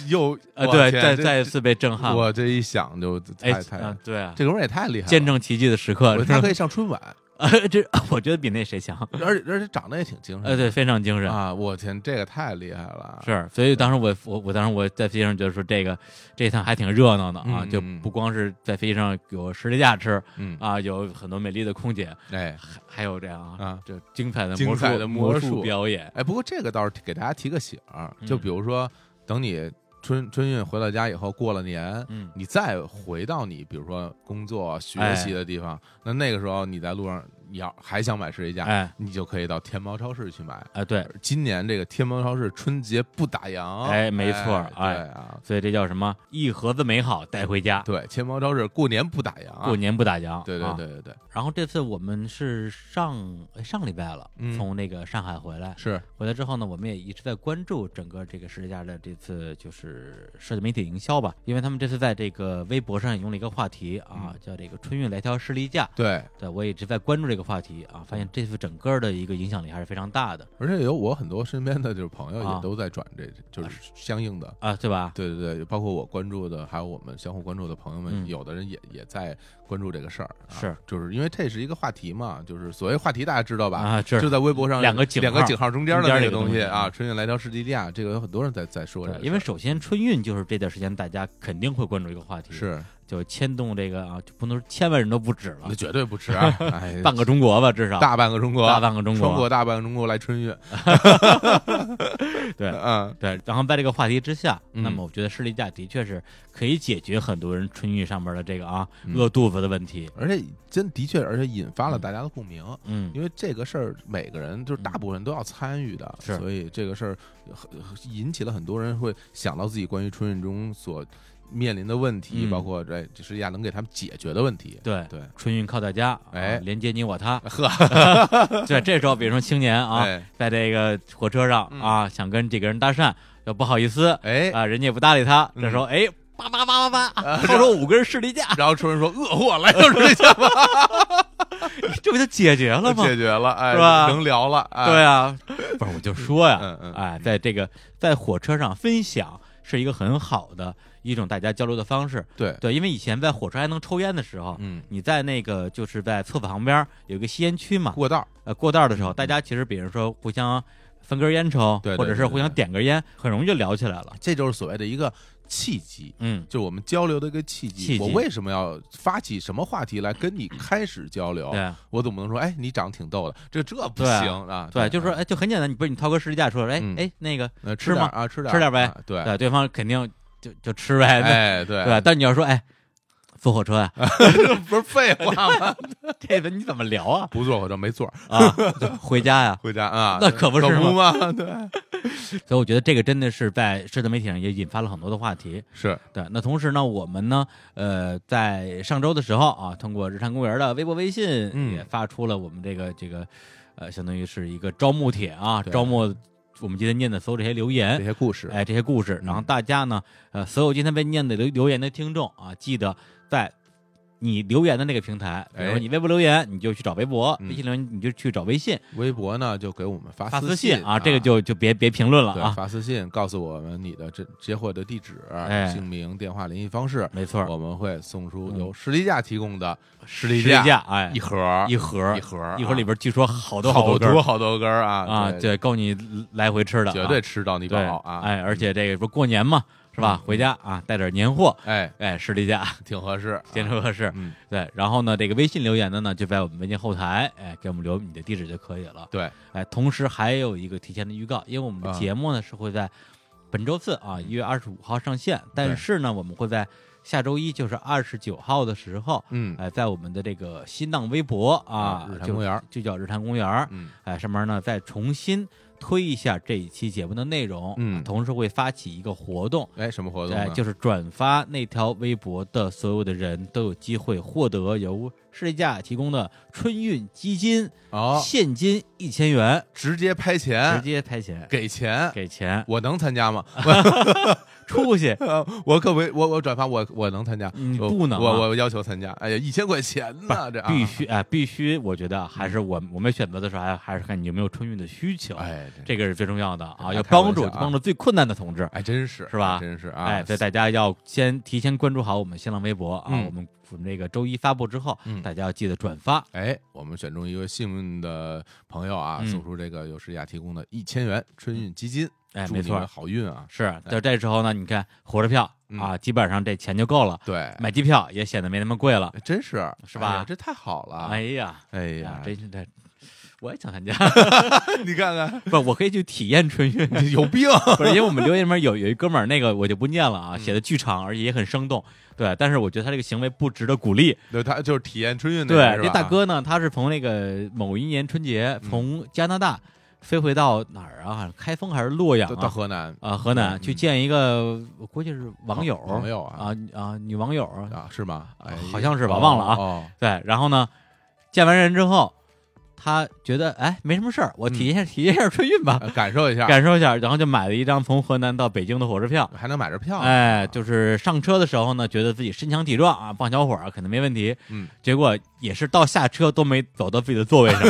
又
呃，
我
对，
天
再
这
再一次被震撼了。
我这一想就
哎
太，太
嗯，对啊，
这哥们儿也太厉害了，
见证奇迹的时刻
我，他可以上春晚，
呃， 这我觉得比那谁强，
而且而且长得也挺精
呃，
神，
对，非常精神，
嗯啊，我天，这个太厉害了，
是，所以当时我我我当时我在飞机上觉得说这个这一趟还挺热闹的啊，
嗯
就
嗯嗯
不光是在飞机上有士力架吃
嗯，
啊，有很多美丽的空姐，
哎
还还有这样啊，
啊。
这精彩的
精
魔
彩
术
的魔
魔
术
表演，
哎，不过这个倒是给大家提个醒儿，就
嗯
比如说，等你春春运回到家以后，过了年，
嗯，
你再回到你比如说工作、学
哎
习的地方，那那个时候你在路上，你要还想买士力架，
哎
你就可以到天猫超市去买。
啊对，
今年这个天猫超市春节不打烊，
哎没错儿
哎
哎
对啊，
所以这叫什么？一盒子美好带回家，
对，天猫超市过年不打烊啊，
过年不打烊，
对对
啊
对对对，
然后这次我们是上哎上礼拜了
嗯，
从那个上海回来，
是，
回来之后呢，我们也一直在关注整个这个世界家的这次就是社交媒体营销吧，因为他们这次在这个微博上用了一个话题啊，
嗯
叫这个春运来条士力架。
对，
对，我也一直在关注这个话题啊，发现这次整个的一个影响力还是非常大的
而且有我很多身边的就是朋友
啊
也都在转这，就是相应的。
啊，对吧？
对对对，包括我关注的，还有我们相互关注的朋友们，
嗯
有的人也也在关注这个事儿、啊，
是，
就是因为这是一个话题嘛，就是所谓话题，大家知道吧？
啊，这
就在微博上
两个井
两个
号
井号中间的
中间
那
这个
东
东西
啊，
啊
春运来条士力架，这个有很多人在在说这
对
个事儿，
因为首先春运就是这段时间大家肯定会关注一个话题，
是
就牵动这个啊，就不能说千万人都不止了
那，绝对不 迟啊，哎
半个中国吧，至少
大半个中国，
大半个啊中
穿过大半个中国来春运，
对
嗯，
对，然后在这个话题之下，
嗯
那么我觉得士力架的确是可以解决很多人春运上面的这个啊、
嗯
饿肚子的问题。
而且真的确，而且引发了大家的共鸣。
嗯，
因为这个事儿，每个人就是大部分人都要参与的，
是
所以这个事儿很引起了很多人会想到自己关于春运中所面临的问题，
嗯
包括这这实际上能给他们解决的问题。
对
对，
春运靠大家，啊
哎
连接你我他。
呵，
对，这时候比如说青年啊，
哎嗯
在这个火车上啊，想跟这个人搭讪，又不好意思啊、
哎，
人家也不搭理他。
嗯啊
这时候哎，叭叭叭叭叭，掏出五根士力 架，
然后春人说饿货来到这家吧，
这不就解决了吗？
解决了，哎，
是吧
能聊了，哎、
对啊，不是我就说呀，
嗯嗯
哎，在这个在火车上分享是一个很好的一种大家交流的方式。
对，
对，因为以前在火车还能抽烟的时候，
哎嗯，
你在那个就是在厕所旁边有一个吸烟区嘛，
过道，
呃，过道的时候，大家其实比如说互相分根烟抽，
对对
或者
对
是
对
互相
对
点根烟，很容易就聊起来了。
这就是所谓的一个契机。
嗯，
就是我们交流的一个契机，
契机
我为什么要发起什么话题来跟你开始交流？
对啊
我总不能说，哎，你长得挺逗的，这这不
对啊
行啊！
对，就是说，哎，就很简单，你不是你掏个士力架出来，哎
嗯
哎，那个，
呃，
吃
点
吗
儿啊，吃点
吃
儿
点儿呗
啊对，
对，对方肯定就就吃呗，对
哎，对，
对。但你要说，哎，坐火车 啊，
这 不是废话吗？
这个你怎么聊啊？
不坐火车没座儿，
啊，就回家呀，
回家啊，
那可不是
不
吗
吗？对，
所以我觉得这个真的是在社交媒体上也引发了很多的话题。
是
对，那同时呢，我们呢，呃，在上周的时候啊，通过日坛公园的微博、微信
嗯
也发出了我们这个这个，呃，相当于是一个招募帖啊，
对
招募我们今天念的所有这些留言
这，些故事，
哎，这些故事，
嗯
然后大家呢，呃，所有今天被念的留留言的听众啊，记得在你留言的那个平台，比如说
哎
你微博留言，你就去找微博；
嗯
微信留言你就去找微信，
微博呢就给我们发
发
私
信
啊，
这个就就别别评论了
对
啊，
发私信告诉我们你的这接货的地址、
哎
姓名、电话联系方式，
没错儿，
我们会送出
嗯
由士力架提供的士力
十一架，哎，
一盒
一盒
一盒啊
一盒里边据说好多
好
多根儿
多好多根儿啊
啊，
对，
对，够你来回吃的啊，
绝对吃到你饱
对
啊！
哎，而且这个不是过年嘛，是吧？
嗯
回家啊，带点年货，
哎，
哎，士力架，
挺合适，
坚持合适。
嗯，
对，然后呢，这个微信留言的呢，就在我们微信后台，哎，给我们留你的地址就可以了。
对，
哎，同时还有一个提前的预告，因为我们的
啊
节目呢是会在本周四啊一月二十五号上线，但是呢，我们会在下周一，就是二十九号的时候，
嗯
哎，在我们的这个新浪微博啊，
日坛
就
公园儿
就叫日坛公园儿，
嗯，
哎，上面呢再重新推一下这一期节目的内容，
嗯
同时会发起一个活动。
哎，什么活动
哎，
呢？
就是转发那条微博的所有的人都有机会获得由士力架提供的春运基金，
哦，
现金一千元，
直接拍
直
钱，
接拍钱
哎给钱，
给钱
我能参加吗？
出去。
我可不，我我转发，我我能参加，
你
我
不能啊
我我要求参加。哎呀，一千块钱呢，这啊
必，须哎，必须！我觉得还是我我们选择的时候，还还是看你有没有春运的需求，
哎，
这个是最重要的啊！
哎
要
开玩
帮助
笑啊
帮助最困难的同志，
哎，真是
是吧
真是啊，
哎，所以大家要先提前关注好我们新浪微博啊，
嗯
我们我们这个周一发布之后，
嗯
大家要记得转发，
哎，我们选中一位幸运的朋友啊，
嗯
送出这个由诗雅提供的一千元春运基金，
哎，
祝
没
你
错
们，好运啊！
是。就这时候呢，你看火车票
嗯
啊，基本上这钱就够了，
对，
买机票也显得没那么贵了。
哎真是
是吧
哎呀这太好了！
哎呀，
哎
哎
呀，
真是这，我也想参加，
你看看，
不，我可以去体验春运。啊
你有病！
不是，因为我们留言里面有有一哥们儿，那个我就不念了
嗯
啊，写的巨长，而且也很生动。对，但是我觉得他这个行为不值得鼓励。
对，他就是体验春运那
对
个，是吧嗯
这大，哥呢，他是从那个某一年春节从加拿大飞回到哪儿啊？好像开封还是洛阳
到到
啊？
河南
啊，河南去见一个，我估计是网友，
网友
啊
啊
啊，女网友啊。
啊，是吗？哎呀，
好像是吧忘了啊
啊。
对，然后呢，见完人之后，他觉得哎没什么事儿，我体验一下体验一下春运 吧，
呃感受一下，
感受一下，然后就买了一张从河南到北京的火车票。
还能买着票呢，
哎，就是上车的时候呢，觉得自己身强体壮啊，棒小伙儿肯定没问题。
嗯，
结果也是到下车都没走到自己的座位 上，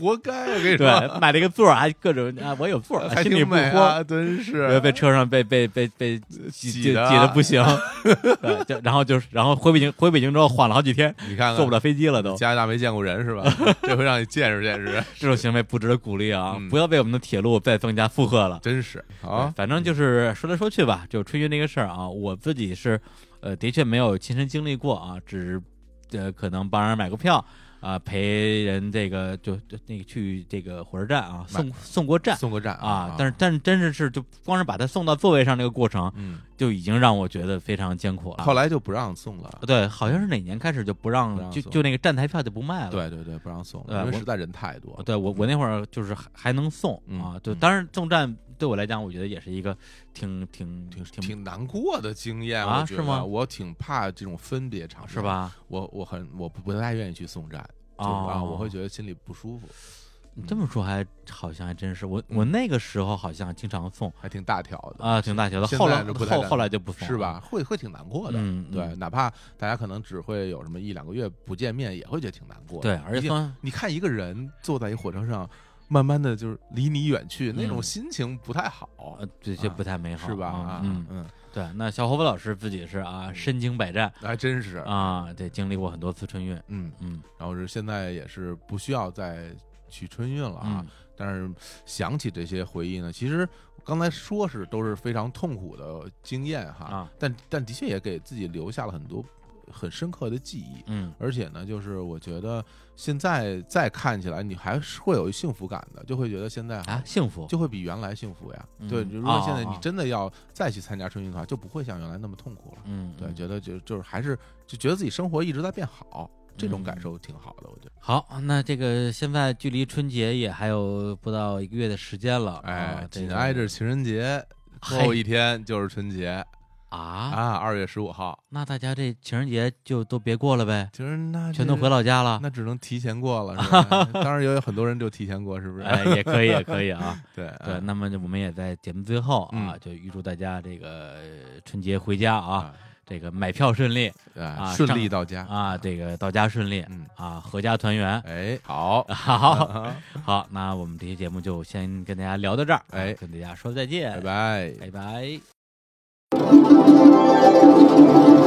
活该！我跟你说，
对，买了一个座儿，还各种啊，我有座儿，
还
心里
挺
不
美
慌，
啊，真
被
是
被车上被被被被挤挤
挤的
的不行， 对，就然后就是然后回北京回北京之后缓了好几天，
你看看，
坐不了飞机了都，
加拿大没见过人是吧？ 这回让你见识见识，
这种行为不值得鼓励啊！
嗯
不要为我们的铁路再增加负荷了。
真是啊
对，反正就是说来说去吧，就春运这个事儿啊，我自己是，呃，的确没有亲身经历过啊，只呃可能帮人买过票啊、陪人这个就就那个去这个火车站啊送送过站
送个站
啊，但是但是真是是就光是把他送到座位上这个过程，
嗯，
就已经让我觉得非常艰苦了。
后来就不让送了。
对，好像是哪年开始就不让
不让
就
送
就那个站台票就不卖了。
对对对，不让送了，
呃
因
我
为实在人太多了。
对我我那会儿就是还还能送
嗯
啊，对，
嗯
当然送站对我来讲，我觉得也是一个挺挺
挺
挺
挺难过的经验
啊
我觉
是
得
吗
我挺怕这种分别场面
是？吧？哦
我我很我不不太愿意去送站嗯就是啊，我会觉得心里不舒服，嗯
你这么说还好像还真是我我那个时候好像经常送
还挺大条的
啊，挺大条的，
现
后来
在是不太
后
敢
后来就不送
是吧？？会会挺难过的。
嗯，嗯
对，哪怕大家可能只会有什么一两个月不见面，也会觉得挺难过的。
对，而
一
且
定
送
你看一个人坐在一火车上，慢慢的就是离你远去，那
嗯
种心情不太好，
呃这些
啊
不太美好
是吧？
啊
啊
嗯，
嗯，
对，那小伙伴老师自己是啊，身经百战
还真是，
啊，对，经历过很多次春运，
嗯，
嗯
然后是现在也是不需要再去春运了啊
嗯。
但是想起这些回忆呢，其实刚才说是都是非常痛苦的经验哈，
啊
但但的确也给自己留下了很多很深刻的记忆。
嗯，
而且呢，就是我觉得现在再看起来，你还是会有一幸福感的，就会觉得现在
啊，幸福
就会比原来幸福呀。对，
嗯
如果现在
哦哦
你
哦
真的要再去参加春运的话，就不会像原来那么痛苦了。
嗯，
对，
嗯
觉得就就是还是就觉得自己生活一直在变好，这种
嗯
感受挺好的，我觉得。
好，那这个现在距离春节也还有不到一个月的时间了，
哎
啊，这
紧
个
挨着情人节最后一天就是春节
啊，
啊，二月十五号，
那大家这情人节就都别过了呗，
其实那
全都回
来，
老家了。啊
那只能提前过了，是 吧？当然也有很多人就提前过，是不是？
哎，也可以，也可以 啊。
对
对，
哎
那么我们也在节目最后啊，
嗯
就预祝大家这个呃春节回家啊，
啊
这个买票顺利啊
哎，顺利到家
啊，这个到家顺利
嗯
啊，阖家团圆。
哎，好，
好好，那我们这期节目就先跟大家聊到这儿，啊
哎
哎跟大家说再见，
拜拜。
拜拜。